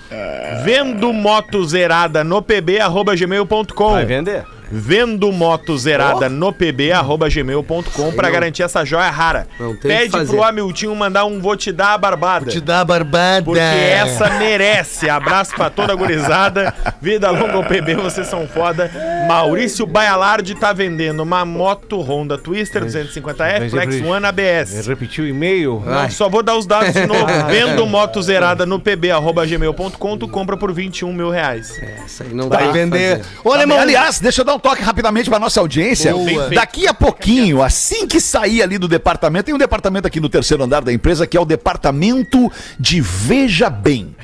Speaker 7: vendo moto zerada no pb arroba gmail.com.
Speaker 8: Vai vender?
Speaker 7: Vendo moto zerada no pb arroba gmail.com pra garantir essa joia rara.
Speaker 6: Não tem o que
Speaker 7: Pede
Speaker 6: fazer.
Speaker 7: pro Hamiltinho mandar um vou te dar a barbada.
Speaker 9: Te dá a barbada.
Speaker 7: Porque
Speaker 5: É.
Speaker 7: essa merece. Abraço pra toda a gurizada. Vida longa ao PB, vocês são foda. Maurício Baialardi tá vendendo uma moto Honda Twister 250F,
Speaker 8: Mas
Speaker 7: Flex
Speaker 8: eu-
Speaker 7: One
Speaker 5: É
Speaker 7: ABS.
Speaker 8: Repetiu o e-mail?
Speaker 7: Não, Só vou dar os dados de
Speaker 5: <laughs>
Speaker 7: novo. Vendo moto zerada no pb.gmail.com, tu compra por 21 mil reais.
Speaker 6: Essa aí não vai vender.
Speaker 8: tá
Speaker 3: Olha, irmão. Tá Aliás, deixa eu dar um um toque rapidamente pra nossa audiência.
Speaker 7: Boa. Bem feito.
Speaker 3: Daqui a pouquinho, assim que sair ali do departamento, tem um departamento aqui no terceiro andar da empresa que é o departamento de Veja Bem.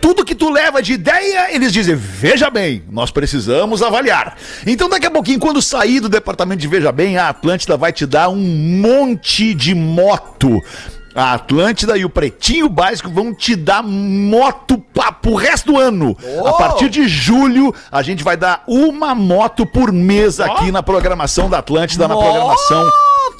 Speaker 3: Tudo que tu leva de ideia, eles dizem, veja bem, nós precisamos avaliar. Então daqui a pouquinho, quando sair do departamento de Veja Bem, a Atlântida vai te dar um monte de moto. A Atlântida e o Pretinho Básico vão te dar moto pa- pro resto do ano. A partir de julho, a gente vai dar uma moto por mês aqui na programação da Atlântida, na programação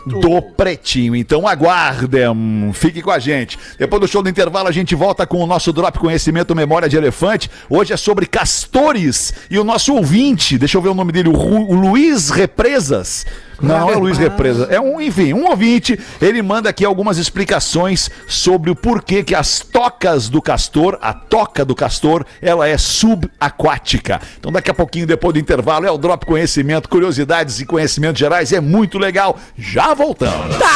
Speaker 3: do Pretinho. Então aguardem, fique com a gente. Depois do show do intervalo, a gente volta com o nosso Drop Conhecimento Memória de Elefante. Hoje é sobre castores e o nosso ouvinte, deixa eu ver o nome dele, o Ru- o Luiz Represas. Não, é o Luiz Represa. É um, enfim, um ouvinte. Ele manda aqui algumas explicações sobre o porquê que as tocas do castor, a toca do castor, ela é subaquática. Então, daqui a pouquinho, depois do intervalo, é o Drop Conhecimento, curiosidades e conhecimentos gerais. É muito legal. Já voltamos.
Speaker 15: É.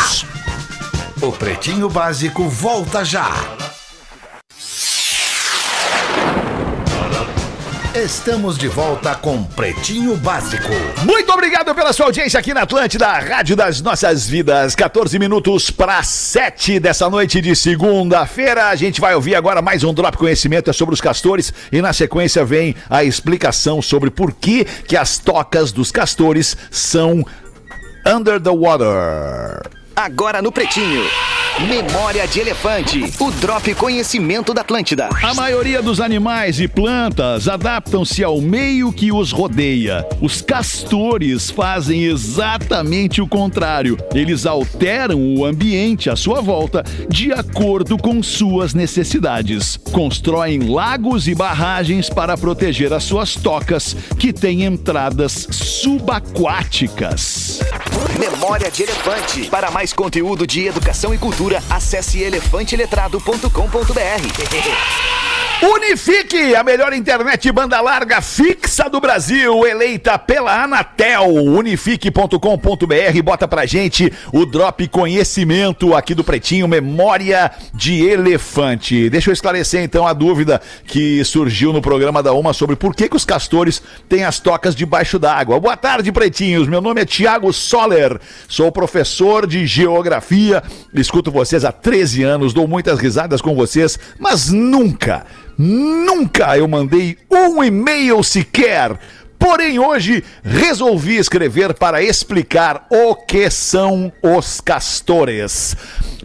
Speaker 15: O Pretinho Básico volta já. Estamos de volta com Pretinho Básico.
Speaker 3: Muito obrigado pela sua audiência aqui na Atlântida, a Rádio das Nossas Vidas. 14 minutos para 7 dessa noite de segunda-feira. A gente vai ouvir agora mais um Drop Conhecimento é sobre os castores e na sequência vem a explicação sobre por que, que as tocas dos castores são under the water.
Speaker 16: Agora no Pretinho. Memória de Elefante. O Drop Conhecimento da Atlântida.
Speaker 17: A maioria dos animais e plantas adaptam-se ao meio que os rodeia. Os castores fazem exatamente o contrário. Eles alteram o ambiente à sua volta de acordo com suas necessidades. Constroem lagos e barragens para proteger as suas tocas, que têm entradas subaquáticas.
Speaker 16: Memória de Elefante. Para mais conteúdo de educação e cultura, acesse elefanteletrado.com.br.
Speaker 3: Unifique, a melhor internet banda larga fixa do Brasil, eleita pela Anatel. Unifique.com.br, bota pra gente o drop conhecimento aqui do Pretinho, memória de elefante. Deixa eu esclarecer então a dúvida que surgiu no programa da Uma sobre por que, que os castores têm as tocas debaixo d'água. Boa tarde, Pretinhos. Meu nome é Tiago Soller, sou professor de geografia, escuto vocês há 13 anos, dou muitas risadas com vocês, mas nunca, nunca eu mandei um e-mail sequer. Porém, hoje resolvi escrever para explicar o que são os castores.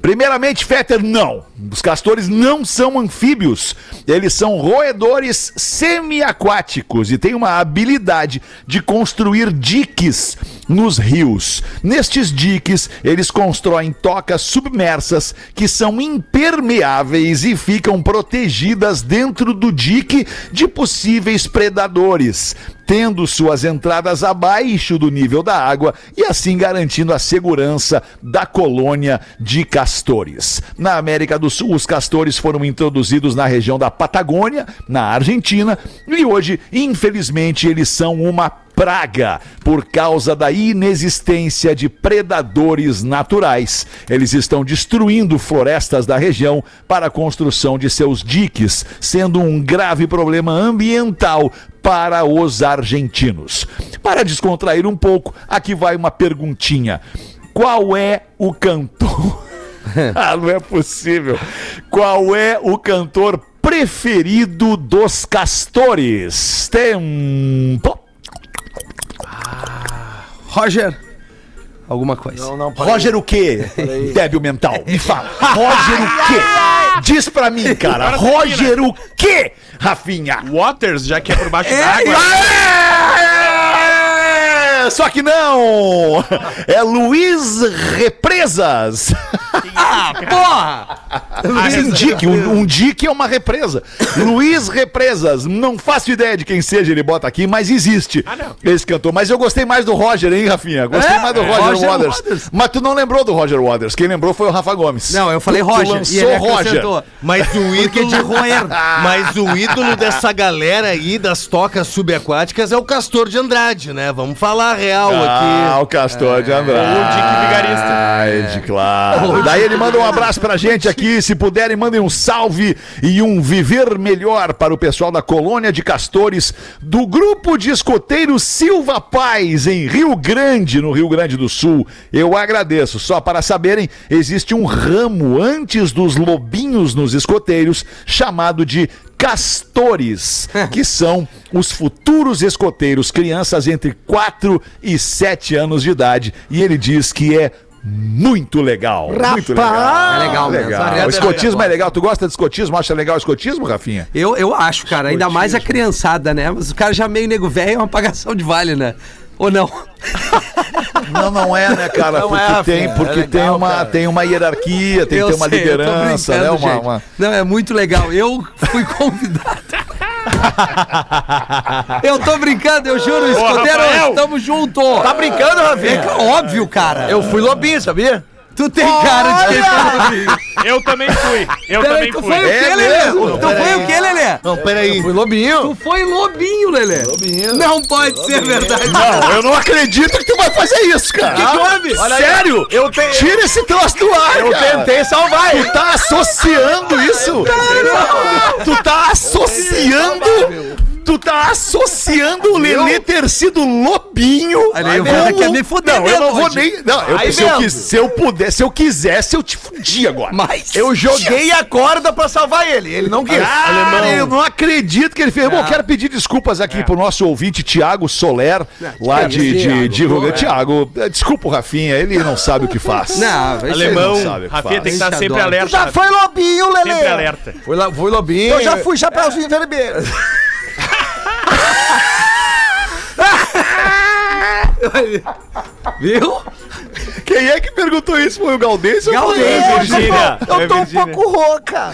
Speaker 3: Primeiramente, Fetter, não. Os castores não são anfíbios. Eles são roedores semiaquáticos e têm uma habilidade de construir diques nos rios. Nestes diques, eles constroem tocas submersas que são impermeáveis e ficam protegidas dentro do dique de possíveis predadores, tendo suas entradas abaixo do nível da água e assim garantindo a segurança da colônia de castores. Na América do Sul, os castores foram introduzidos na região da Patagônia, na Argentina, e hoje, infelizmente, eles são uma praga por causa da inexistência de predadores naturais. Eles estão destruindo florestas da região para a construção de seus diques, sendo um grave problema ambiental para os argentinos. Para descontrair um pouco, aqui vai uma perguntinha. Qual é o cantor? <laughs> ah, não é possível. Qual é o cantor preferido dos castores? Tempo.
Speaker 6: Roger, alguma coisa.
Speaker 3: Não, não, Roger o quê? Débil mental. Me fala. Roger o quê? Diz pra mim, cara.
Speaker 7: Agora
Speaker 3: Roger o quê, Rafinha?
Speaker 7: Waters, já que é por baixo
Speaker 3: É,
Speaker 7: d'água.
Speaker 3: é, é, Só que não! É Luiz Represas!
Speaker 6: Ah, porra! Ah, é
Speaker 3: Luiz um dique, um, um dique é uma represa. Luiz Represas, não faço ideia de quem seja, ele bota aqui, mas existe esse cantor. Mas eu gostei mais do Roger, hein, Rafinha? Gostei
Speaker 6: Ah, É?
Speaker 3: mais do
Speaker 6: É.
Speaker 3: Roger,
Speaker 6: Roger
Speaker 3: Waters.
Speaker 6: Waters.
Speaker 3: Mas tu não lembrou do Roger Waters, quem lembrou foi o Rafa Gomes.
Speaker 6: Não, eu falei
Speaker 3: Tu- tu
Speaker 6: Roger.
Speaker 3: lançou Roger.
Speaker 9: Mas o
Speaker 6: Porque é
Speaker 9: ídolo
Speaker 6: de roer.
Speaker 9: <laughs> Mas o ídolo dessa galera aí das tocas subaquáticas é o Castor de Andrade, né? Vamos falar, falar a real
Speaker 3: Ah,
Speaker 9: aqui.
Speaker 3: o Castor É. de Andrade. O Dick Vigarista. Ai, de claro. Daí ele manda um abraço pra gente aqui. Se puderem, mandem um salve e um viver melhor para o pessoal da Colônia de Castores do Grupo de Escoteiros Silva Paz, em Rio Grande, no Rio Grande do Sul. Eu agradeço. Só para saberem, existe um ramo antes dos lobinhos nos escoteiros chamado de
Speaker 6: <laughs>
Speaker 3: castores, que são os futuros escoteiros, crianças entre 4 e 7 anos de idade. E ele diz que é muito legal. Muito legal.
Speaker 6: É legal mesmo.
Speaker 3: legal. O escotismo é legal. Tu gosta de escotismo? Acha legal o escotismo, Rafinha?
Speaker 6: Eu, eu acho, cara, ainda mais a criançada, né? Mas o cara já meio nego velho é uma apagação de vale, né? Ou não?
Speaker 3: Não, não é, né, cara?
Speaker 6: Não
Speaker 3: porque
Speaker 6: é,
Speaker 3: tem,
Speaker 6: Rafinha,
Speaker 3: porque
Speaker 6: é
Speaker 3: tem,
Speaker 6: legal,
Speaker 3: uma,
Speaker 6: cara.
Speaker 3: tem uma hierarquia, tem
Speaker 6: Eu
Speaker 3: que ter uma
Speaker 6: sei, eu tô
Speaker 3: liderança, né?
Speaker 6: brincando,
Speaker 3: Uma,
Speaker 6: gente.
Speaker 3: uma-
Speaker 6: Não, é muito legal. Eu fui <laughs> convidado. eu tô brincando, eu juro, escoteiro,
Speaker 9: Rafael!
Speaker 6: estamos junto.
Speaker 9: Tá brincando, Rafinha?
Speaker 6: É óbvio, cara.
Speaker 9: Eu fui lobinho, sabia?
Speaker 6: Tu tem cara de quem foi lobinho.
Speaker 7: Eu também fui. Eu
Speaker 6: Peraí,
Speaker 7: também
Speaker 6: tu
Speaker 7: fui.
Speaker 6: foi o quê,
Speaker 7: É
Speaker 6: Lelê?
Speaker 7: mesmo?
Speaker 6: Tu foi o quê, Lelê?
Speaker 9: Não, peraí. Eu fui lobinho.
Speaker 6: Tu foi lobinho, Lelê. Não pode ser verdade.
Speaker 3: Não, eu não acredito que tu vai fazer isso, cara.
Speaker 6: Que que houve?
Speaker 3: Olha aí. Sério?
Speaker 9: Eu te-
Speaker 3: Tira esse troço do ar,
Speaker 9: Eu
Speaker 3: cara.
Speaker 9: tentei salvar ele.
Speaker 3: Tu tá associando isso? Tu tá associando... Tu tá associando o Lelê ter sido lobinho.
Speaker 6: Aí o Venda quer me fuder
Speaker 3: Não, eu não
Speaker 6: mesmo,
Speaker 3: vou
Speaker 6: gente.
Speaker 3: nem. Não, eu,
Speaker 9: Aí
Speaker 3: se, eu,
Speaker 9: mesmo.
Speaker 3: quis- se eu puder, se eu quisesse, eu te fudi agora.
Speaker 6: Mas.
Speaker 9: Eu joguei a corda pra salvar ele. Ele não quis.
Speaker 3: Cara, Ah, eu não acredito que ele fez.
Speaker 5: É.
Speaker 3: Bom, quero pedir desculpas aqui pro nosso ouvinte, Tiago Soler, lá de, de, de Rio Grande. Tiago, eh, desculpa o Rafinha, ele não sabe o que faz.
Speaker 6: Não, vai ser-
Speaker 3: Alemão.
Speaker 7: Alemão.
Speaker 3: sabe o que
Speaker 7: Rafinha
Speaker 3: faz.
Speaker 7: tem que estar
Speaker 6: Ixi,
Speaker 7: sempre
Speaker 6: adoro.
Speaker 7: alerta.
Speaker 5: Já foi lobinho, Lelê.
Speaker 7: Sempre alerta.
Speaker 9: Fui, lá, fui
Speaker 6: é
Speaker 9: lobinho.
Speaker 5: Eu já fui chapéuzinho vermelho.
Speaker 6: Viu?
Speaker 3: Quem é que perguntou isso? Foi o Galdês ou foi
Speaker 5: é
Speaker 6: Galdês,
Speaker 3: eu?
Speaker 7: Virgínia.
Speaker 5: Eu tô um pouco
Speaker 6: <laughs>
Speaker 5: rouca.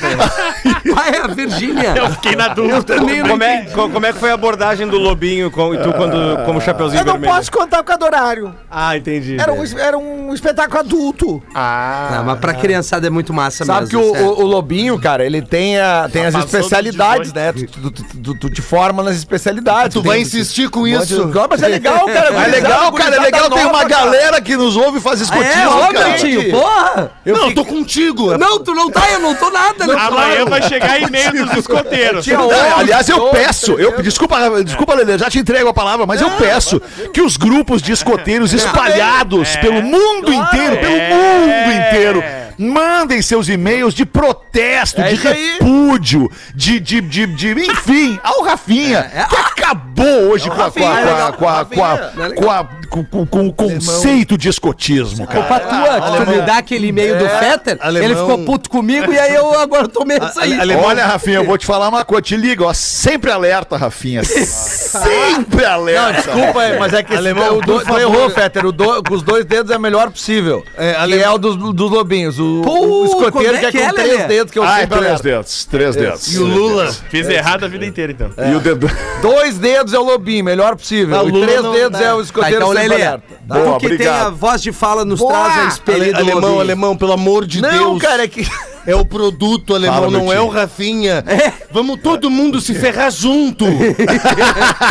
Speaker 6: Vai, Ah, é a Virgínia.
Speaker 7: Eu fiquei na dúvida.
Speaker 6: também não
Speaker 8: Como é, co- como é que foi a abordagem do Lobinho com, e tu quando, como Chapeuzinho
Speaker 5: Eu não
Speaker 8: Vermelho?
Speaker 5: posso contar por causa do horário.
Speaker 8: Ah, entendi.
Speaker 5: Era um, es- era um espetáculo adulto.
Speaker 6: Ah, mas pra criançada é muito massa
Speaker 4: Sabe que
Speaker 6: mesmo.
Speaker 4: o,
Speaker 6: sério.
Speaker 4: o- o Lobinho, cara, ele tem, a, tem as
Speaker 7: passou dos
Speaker 4: especialidades, né? Tu, tu- tu- tu- tu te forma nas especialidades.
Speaker 9: Tu
Speaker 4: Tem-
Speaker 9: vai insistir com
Speaker 4: um monte
Speaker 9: isso.
Speaker 4: de- Claro, Mas é legal, cara.
Speaker 3: É legal, cara, é legal. Tem uma galera que nos ouve e faz
Speaker 6: Ah,
Speaker 3: escotismo,
Speaker 6: é, ó,
Speaker 3: cara.
Speaker 6: Gatinho, porra!
Speaker 9: não, eu tô contigo.
Speaker 6: Não, tu não tá, eu não tô nada, né?
Speaker 7: Amanhã vai chegar e-mail dos escoteiros.
Speaker 3: Não, aliás, eu peço, eu, desculpa, desculpa, Lelê, já te entrego a palavra, mas eu peço que os grupos de escoteiros espalhados pelo mundo inteiro, pelo mundo inteiro, mandem seus e-mails de protesto, de repúdio, de, de, de, de- enfim, ao Rafinha, que acabou hoje com a- com a- com a- com a- com a- com- com- com o conceito de escotismo,
Speaker 6: Culpa
Speaker 3: cara.
Speaker 6: tua, que tu me dá aquele e-mail do Fetter,
Speaker 9: alemão.
Speaker 6: ele ficou puto comigo e aí eu agora tomei essa aí.
Speaker 3: Olha, Rafinha, eu vou te falar uma coisa, te liga, ó, sempre alerta, Rafinha, sempre alerta.
Speaker 4: Desculpa, é, mas é que alemão, o do, tu errou, Fetter. O do, com os dois dedos é o melhor possível. É, que é o dos, dos lobinhos. O,
Speaker 6: Pô,
Speaker 4: o
Speaker 6: como
Speaker 4: escoteiro
Speaker 6: é
Speaker 4: que é
Speaker 6: que é,
Speaker 4: com três
Speaker 6: Lelê?
Speaker 4: dedos, que eu
Speaker 3: Ah, é
Speaker 8: então
Speaker 4: sempre
Speaker 3: três
Speaker 4: alerto.
Speaker 3: dedos, três dedos.
Speaker 9: E o Lula?
Speaker 4: É.
Speaker 7: Fiz errado a vida inteira, então.
Speaker 3: E o dedo. <laughs>
Speaker 4: Dois dedos é o lobinho, melhor possível.
Speaker 9: Ah, o
Speaker 4: E
Speaker 9: Lula
Speaker 4: três
Speaker 9: não-
Speaker 4: dedos
Speaker 9: tá.
Speaker 4: é o
Speaker 6: Tá,
Speaker 4: escoteiro
Speaker 6: então,
Speaker 4: sempre
Speaker 6: Lelê,
Speaker 4: alerta.
Speaker 6: tu
Speaker 3: Boa,
Speaker 6: que tem a
Speaker 3: obrigado.
Speaker 6: voz de fala nos
Speaker 5: Boa!
Speaker 6: traz a
Speaker 9: Ale-
Speaker 6: expelido
Speaker 9: alemão,
Speaker 6: um lobinho.
Speaker 9: alemão, pelo amor de
Speaker 4: Não,
Speaker 9: Deus.
Speaker 4: cara, é que...
Speaker 9: É o produto alemão,
Speaker 3: Fala, meu
Speaker 9: não é
Speaker 3: tio.
Speaker 9: o Rafinha.
Speaker 4: É.
Speaker 9: Vamos todo mundo se ferrar
Speaker 4: <laughs>
Speaker 9: junto.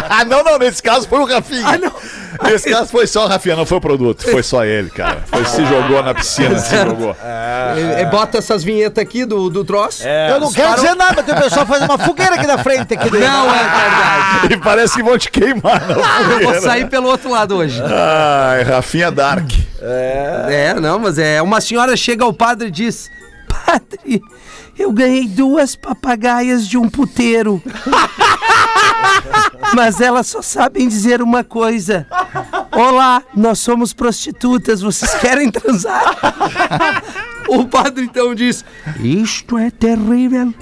Speaker 3: Ah, não, não, nesse caso foi o Rafinha.
Speaker 6: Ah, não.
Speaker 3: Nesse caso foi só o Rafinha, não foi o produto. Foi só ele, cara. Foi, se jogou na piscina, se jogou.
Speaker 6: É, é, bota essas vinhetas aqui do, do troço.
Speaker 5: Eu não quero dizer nada, mas tem o pessoal fazendo uma fogueira aqui na frente.
Speaker 6: <laughs>
Speaker 5: Aqui dentro.
Speaker 6: Não é verdade.
Speaker 3: E parece que vão te queimar. Não
Speaker 4: Ah,
Speaker 6: Eu vou sair pelo outro lado hoje.
Speaker 3: Ai, Rafinha Dark.
Speaker 6: É, não, mas é. Uma senhora chega ao padre e diz: Padre, eu ganhei duas papagaias de um puteiro. <laughs> mas elas só sabem dizer uma coisa: Olá, nós somos prostitutas, vocês querem transar? <laughs> o padre então diz: Isto é terrível.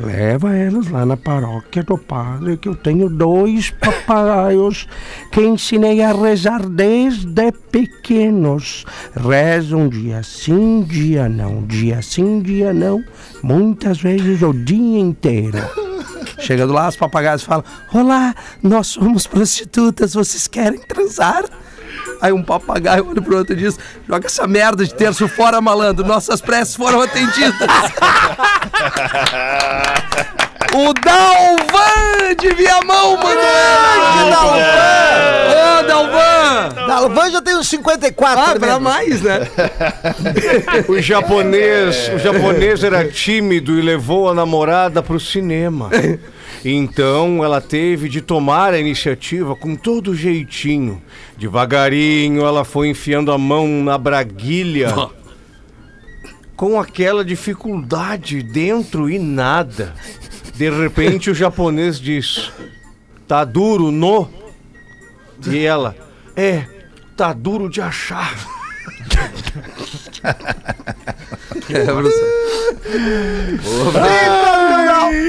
Speaker 6: Leva elas lá na paróquia do padre, que eu tenho dois papagaios que ensinei a rezar desde pequenos. Rezam dia sim, um dia não, dia sim, um dia não, muitas vezes o dia inteiro. Chegando lá, as papagaias falam: Olá, nós somos prostitutas, vocês querem transar? Aí um papagaio olha pro outro e diz: Joga essa merda de terço fora, malandro, nossas preces foram atendidas. O Dalvan de Viamão mandou ela. Dalvan! Ô, Dalvan!
Speaker 5: Dalvan já tem uns 54.
Speaker 6: Ah, pra mais, né?
Speaker 4: <laughs>
Speaker 8: O japonês, o japonês
Speaker 9: <laughs>
Speaker 8: era tímido e levou a namorada pro cinema. Então ela teve de tomar a iniciativa com todo jeitinho. Devagarinho ela foi enfiando a mão na braguilha. Com aquela dificuldade dentro e nada. De repente o japonês diz: Tá duro, no? E ela: É, tá duro de achar.
Speaker 6: É, <laughs> Bruce.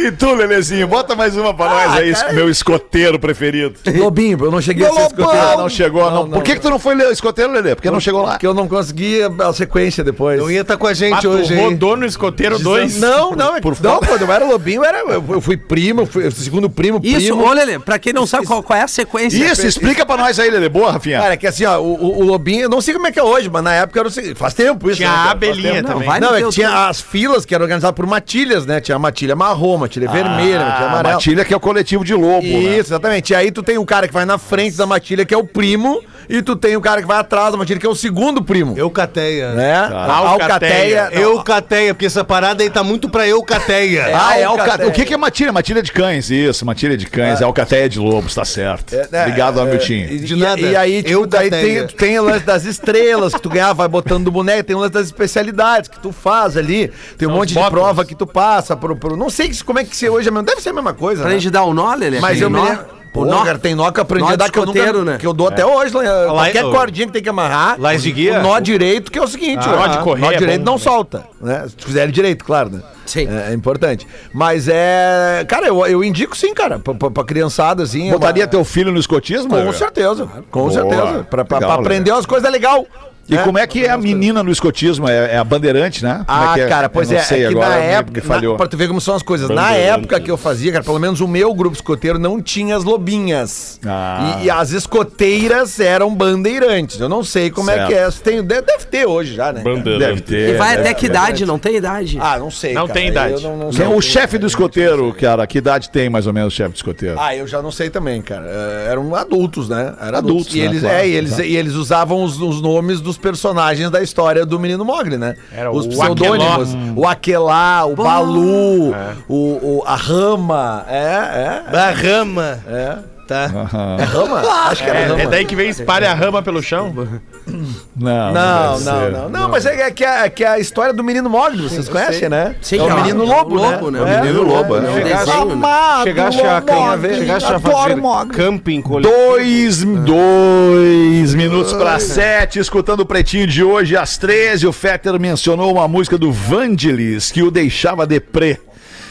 Speaker 3: E tu, Lelezinho, bota mais uma pra nós
Speaker 4: Ah,
Speaker 3: aí, meu escoteiro preferido.
Speaker 4: Lobinho, eu não cheguei a ser
Speaker 3: Ah,
Speaker 4: escoteiro.
Speaker 3: não chegou, não.
Speaker 4: Não,
Speaker 3: Por que, que tu não foi le- escoteiro, Lelê? Porque não chegou lá.
Speaker 4: Porque eu não consegui a a sequência depois.
Speaker 8: Não ia
Speaker 9: Tá
Speaker 8: estar com a gente
Speaker 7: Pato,
Speaker 8: hoje, hein?
Speaker 7: rodou no escoteiro 2.
Speaker 4: Não, não, é-
Speaker 3: Por
Speaker 4: não,
Speaker 3: favor.
Speaker 4: quando eu era lobinho, eu, era, eu eu fui primo, eu fui eu fui segundo primo,
Speaker 6: Isso,
Speaker 4: primo.
Speaker 6: ô Lelê, pra quem não sabe qual, qual é a sequência.
Speaker 3: Isso, explica pra nós aí, Lelê. Boa, Rafinha.
Speaker 4: Cara, é que assim, ó, o, o- o Lobinho, eu não sei como é que é hoje, mas na época era o seguinte, faz tempo isso.
Speaker 7: Tinha
Speaker 4: né, cara?
Speaker 7: a
Speaker 4: Faz
Speaker 7: abelhinha
Speaker 4: tempo.
Speaker 7: também.
Speaker 4: Não,
Speaker 6: no
Speaker 4: não é
Speaker 6: teu
Speaker 4: que tinha as filas que eram organizadas por matilhas, né? Tinha a matilha marrom,
Speaker 3: é
Speaker 4: matilha vermelha, Ah, matilha
Speaker 3: a
Speaker 4: amarela.
Speaker 3: Matilha que é o coletivo de lobo, né?
Speaker 4: Isso, exatamente. E aí tu tem o cara que vai na frente da matilha, que é o primo, e tu tem o cara que vai atrás da matilha, que é o segundo primo.
Speaker 9: Eucateia.
Speaker 4: Né?
Speaker 7: Alcateia.
Speaker 4: Alcateia. não,
Speaker 9: Eucateia, porque essa parada aí tá muito pra Eucateia.
Speaker 3: Ah, é
Speaker 4: Alcateia. Ah.
Speaker 3: alcateia. O que, que é matilha? Matilha de cães, isso. Matilha de cães. É alcateia de lobos, tá certo.
Speaker 4: é,
Speaker 3: Obrigado, Hamilton.
Speaker 4: E,
Speaker 9: De
Speaker 4: e-
Speaker 9: nada.
Speaker 4: e aí, tipo,
Speaker 9: Eu
Speaker 4: daí
Speaker 9: catei.
Speaker 4: tem, tu tem o lance das estrelas que tu ganhava, vai botando do boneco, tem o lance das especialidades que tu faz ali, tem um monte de prova que tu passa. Pro, pro- não sei que- como é que se hoje é mesmo, deve ser a mesma coisa.
Speaker 6: Pra
Speaker 4: né?
Speaker 6: gente dar o nó, Lelê.
Speaker 4: Mas
Speaker 6: aquele
Speaker 4: eu me
Speaker 6: nó.
Speaker 4: lembro.
Speaker 6: O
Speaker 4: Pô,
Speaker 6: nó.
Speaker 4: cara, tem nó que eu aprendi
Speaker 6: Nó
Speaker 4: a dar
Speaker 6: de
Speaker 4: que eu, nunca,
Speaker 6: escoteiro, né?
Speaker 4: que eu dou até hoje. né?
Speaker 8: Lá-
Speaker 4: qualquer
Speaker 8: ô.
Speaker 4: cordinha que tem que amarrar.
Speaker 8: Lá é de guia?
Speaker 4: O nó direito que é o seguinte:
Speaker 7: Ah, nó
Speaker 4: ó,
Speaker 7: de correr
Speaker 4: nó
Speaker 7: é
Speaker 4: direito
Speaker 7: bom
Speaker 4: não
Speaker 7: também.
Speaker 4: solta. Né? Se tu fizer ele direito, claro, né?
Speaker 6: Sim.
Speaker 4: É, é importante. Mas é. Cara, eu, eu indico sim, cara. Pra, pra, pra criançada, assim. é uma-
Speaker 3: Botaria teu filho no escotismo?
Speaker 4: Com
Speaker 3: Lelê?
Speaker 4: certeza. Com
Speaker 3: Boa.
Speaker 4: certeza. Pra, pra-
Speaker 3: Legal,
Speaker 4: pra aprender umas coisas legal. né?
Speaker 3: E como é que é a menina no escotismo? É, é a bandeirante, né? Como
Speaker 4: Ah,
Speaker 3: que é?
Speaker 4: cara, pois
Speaker 3: Eu
Speaker 4: é,
Speaker 3: não
Speaker 4: é
Speaker 3: sei
Speaker 4: que
Speaker 3: agora,
Speaker 4: na
Speaker 3: me- me
Speaker 4: época,
Speaker 3: falhou.
Speaker 4: na, pra tu ver como são as coisas, na
Speaker 14: Bandeirante.
Speaker 4: época que eu fazia, cara, pelo menos o meu grupo escoteiro não tinha as lobinhas.
Speaker 3: Ah.
Speaker 4: E, e as escoteiras eram bandeirantes. Eu não sei como é
Speaker 3: Certo.
Speaker 4: que é. se Tem, deve deve ter hoje já, né? cara?
Speaker 3: Deve ter.
Speaker 6: E vai
Speaker 3: deve
Speaker 6: até
Speaker 3: ter.
Speaker 6: que idade? Não tem idade.
Speaker 4: é, Ah, não sei.
Speaker 7: Não
Speaker 4: cara.
Speaker 7: tem
Speaker 4: Eu
Speaker 7: idade.
Speaker 4: não- não
Speaker 3: Quem
Speaker 4: sei.
Speaker 3: é o chefe do escoteiro, cara? Que idade tem mais ou menos o chefe do escoteiro?
Speaker 4: Ah, eu já não sei também, cara. É, Eram adultos, né? Eram
Speaker 3: Adultos,
Speaker 4: adultos. E
Speaker 3: né?
Speaker 4: eles,
Speaker 3: Claro,
Speaker 4: é, e eles,
Speaker 3: exato.
Speaker 4: e eles usavam os, os nomes dos personagens da história do Menino Mogli, né?
Speaker 7: Era
Speaker 4: os
Speaker 7: o
Speaker 4: pseudônimos.
Speaker 7: Aqueló.
Speaker 4: O Aquelá, o Balu, o, o- a Rama. É,
Speaker 9: Da rama.
Speaker 4: é. É,
Speaker 9: Tá.
Speaker 4: é <laughs> Rama? Acho que era Rama.
Speaker 7: É, é daí que vem espalha a rama pelo chão?
Speaker 3: Não,
Speaker 4: Não,
Speaker 3: deve
Speaker 4: não,
Speaker 3: ser.
Speaker 4: não. Não, mas é, é que é, é que é a história do Menino Mogli, vocês conhecem, né?
Speaker 6: Sim,
Speaker 4: é o
Speaker 6: claro.
Speaker 4: Menino Lobo,
Speaker 6: O Lobo,
Speaker 4: né?
Speaker 6: né?
Speaker 4: É.
Speaker 6: O Menino
Speaker 3: Lobo,
Speaker 6: É
Speaker 3: é.
Speaker 6: um
Speaker 8: Chegasse-
Speaker 6: desenho, né?
Speaker 8: Chegaste a,
Speaker 4: Mogli,
Speaker 8: chegaste a
Speaker 4: adoro
Speaker 8: fazer
Speaker 4: Mogli.
Speaker 8: camping coletivo.
Speaker 3: Dois,
Speaker 4: É.
Speaker 3: dois minutos para sete, escutando o Pretinho de hoje às 13, o Fetter mencionou uma música do Vangelis que o deixava deprê.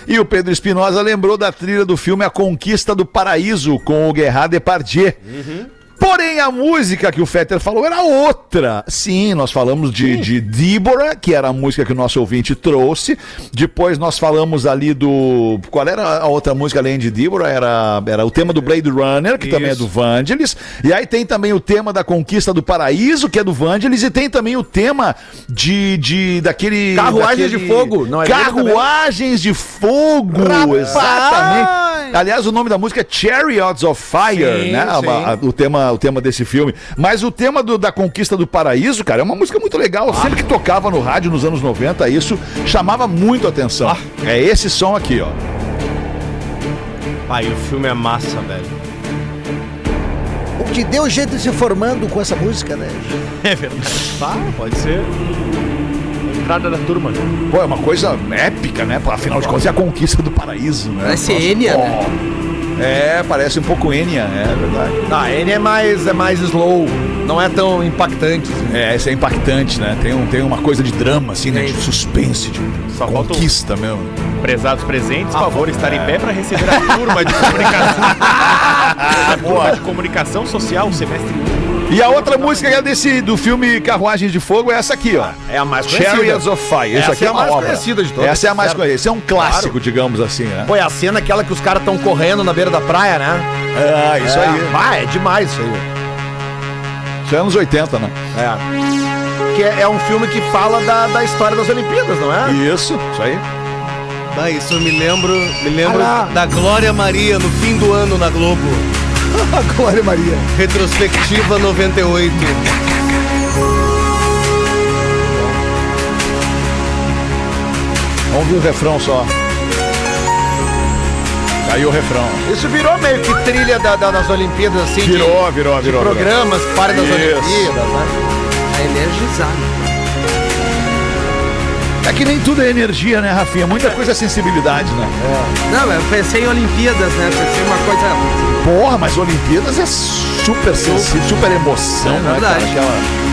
Speaker 3: E o Pedro Espinosa lembrou da trilha do filme A Conquista do Paraíso com o Gerard Depardieu.
Speaker 6: Uhum.
Speaker 3: Porém, a música que o Fetter falou era outra. Sim, nós falamos de, de Débora, que era a música que o nosso ouvinte trouxe. Depois nós falamos ali do. Qual era a outra música além de Débora? Era, era o tema do Blade Runner, que também é do Vangelis. E aí tem também o tema da Conquista do Paraíso, que é do Vangelis. E tem também o tema de, de daquele.
Speaker 4: Carruagens
Speaker 3: daquele-
Speaker 4: de Fogo, não é dele também?
Speaker 3: Carruagens de Fogo! Exatamente. Aliás, o nome da música é Chariots of Fire,
Speaker 4: Sim,
Speaker 3: né? A-
Speaker 4: sim.
Speaker 3: a- o, tema, o tema desse filme. Mas o tema do- da Conquista do Paraíso, cara, é uma música muito legal. Sempre que tocava no rádio nos anos 90, isso chamava muito a atenção.
Speaker 4: Ah.
Speaker 3: É esse som aqui, ó.
Speaker 8: Aí o filme é massa, velho.
Speaker 5: O que deu jeito de se formando com essa
Speaker 7: <laughs>
Speaker 5: música, né?
Speaker 7: É
Speaker 8: Pode ser.
Speaker 7: Entrada da turma.
Speaker 3: Pô, é uma coisa épica, né? Afinal de contas, é a Conquista do Paraíso, né?
Speaker 6: Parece
Speaker 3: Nossa,
Speaker 6: Enya,
Speaker 3: ó.
Speaker 6: né?
Speaker 3: É, parece um pouco Enya, é verdade.
Speaker 4: Ah, ele é mais, é mais slow, não é tão impactante. assim.
Speaker 3: É, esse é impactante, né? Tem, um, tem uma coisa de drama, assim, né? De suspense, de
Speaker 7: Só
Speaker 4: um.
Speaker 7: falta o-
Speaker 3: conquista mesmo.
Speaker 7: Prezados presentes,
Speaker 8: Ah,
Speaker 7: por favor, estar
Speaker 8: é.
Speaker 7: em pé para receber a turma
Speaker 8: <laughs>
Speaker 7: de comunicação. a turma de comunicação social, semestre
Speaker 3: E a outra música que é desse, do filme Carruagens de Fogo é essa aqui, ó.
Speaker 4: É a mais
Speaker 3: Chariots of Fire. Essa,
Speaker 4: Essa
Speaker 3: aqui
Speaker 4: é
Speaker 3: é
Speaker 4: a
Speaker 3: uma
Speaker 4: mais
Speaker 3: obra.
Speaker 4: conhecida de todas.
Speaker 3: Essa é a mais
Speaker 4: Certo.
Speaker 3: conhecida. Esse é um clássico, digamos assim, né?
Speaker 4: Pô, é a cena aquela que os caras estão correndo na beira da praia, né?
Speaker 3: É, isso aí.
Speaker 4: Ah, é demais isso aí.
Speaker 3: Isso é anos 80, né?
Speaker 4: É. Que é, é um filme que fala da, da história das Olimpíadas, não é?
Speaker 3: Isso, isso aí.
Speaker 9: Ah, isso eu me lembro, me lembro
Speaker 5: Ah lá.
Speaker 9: da Glória Maria no fim do ano na
Speaker 4: <laughs>
Speaker 9: Globo.
Speaker 5: Glória Maria.
Speaker 9: Retrospectiva 98.
Speaker 3: Vamos ver o refrão só. Caiu o refrão.
Speaker 4: Isso virou meio que trilha da- da- das Olimpíadas, assim. de-
Speaker 3: Virou, virou, virou.
Speaker 4: De programas, que para das
Speaker 3: Isso.
Speaker 4: Olimpíadas, né?
Speaker 6: É energizado.
Speaker 3: É que nem tudo é energia, né, Rafinha? Muita coisa é sensibilidade, né?
Speaker 6: Não, eu pensei em Olimpíadas, né? Pensei em uma coisa.
Speaker 3: Porra, mas Olimpíadas é super sensível, super emoção,
Speaker 6: É
Speaker 3: né?
Speaker 6: verdade.
Speaker 3: cara? Aquela-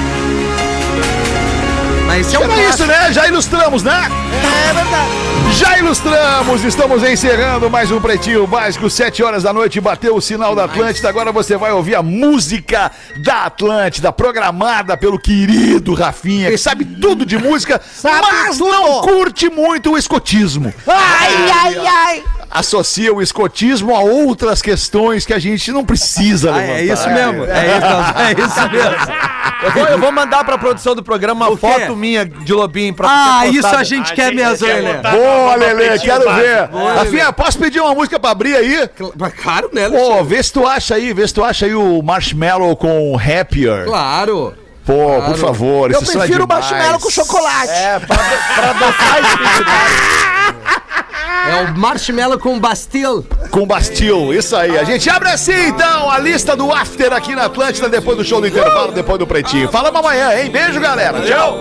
Speaker 6: Mas isso é um
Speaker 3: Era isso,
Speaker 6: clássico.
Speaker 3: né? Já ilustramos, né?
Speaker 5: Então É verdade.
Speaker 3: Já ilustramos, estamos encerrando mais um Pretinho Básico, 7 horas da noite, bateu o sinal da Atlântida. Agora você vai ouvir a música da Atlântida, programada pelo querido Rafinha, que sabe tudo de música, mas não curte muito o escotismo. É,
Speaker 5: Ai, ai, ai.
Speaker 3: Associa o escotismo a outras questões que a gente não precisa
Speaker 6: Ah,
Speaker 3: levantar.
Speaker 6: é isso mesmo. É isso, é isso mesmo.
Speaker 4: Eu vou, eu vou mandar pra produção do programa uma
Speaker 6: quê?
Speaker 4: foto minha de lobinho pra
Speaker 6: Ah,
Speaker 4: ser
Speaker 6: isso
Speaker 4: postada.
Speaker 6: a gente
Speaker 7: A
Speaker 6: quer
Speaker 7: gente
Speaker 6: mesmo,
Speaker 7: quer
Speaker 6: hein, Lelê?
Speaker 7: botar-
Speaker 3: Boa,
Speaker 7: Boa,
Speaker 3: Lelê,
Speaker 7: Pretinho
Speaker 3: quero ver.
Speaker 7: Básico.
Speaker 6: Boa,
Speaker 3: Rafinha, posso pedir uma música pra abrir aí?
Speaker 6: Mas Claro, né, Alexandre?
Speaker 3: Pô, vê se tu acha aí, vê se tu acha aí o Marshmallow com Happier.
Speaker 6: Claro.
Speaker 3: Pô, por favor,
Speaker 5: Eu
Speaker 3: isso é
Speaker 5: prefiro o
Speaker 3: demais.
Speaker 5: marshmallow com chocolate.
Speaker 4: É, pra, pra adoçar esse
Speaker 6: É o marshmallow com Bastille.
Speaker 3: Com Bastil, isso aí. A gente abre assim, então, a lista do After aqui na Atlântida, depois do show do intervalo, depois do Pretinho. Falamos amanhã, hein? Beijo, galera. Tchau.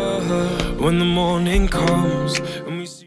Speaker 18: When the morning comes and we see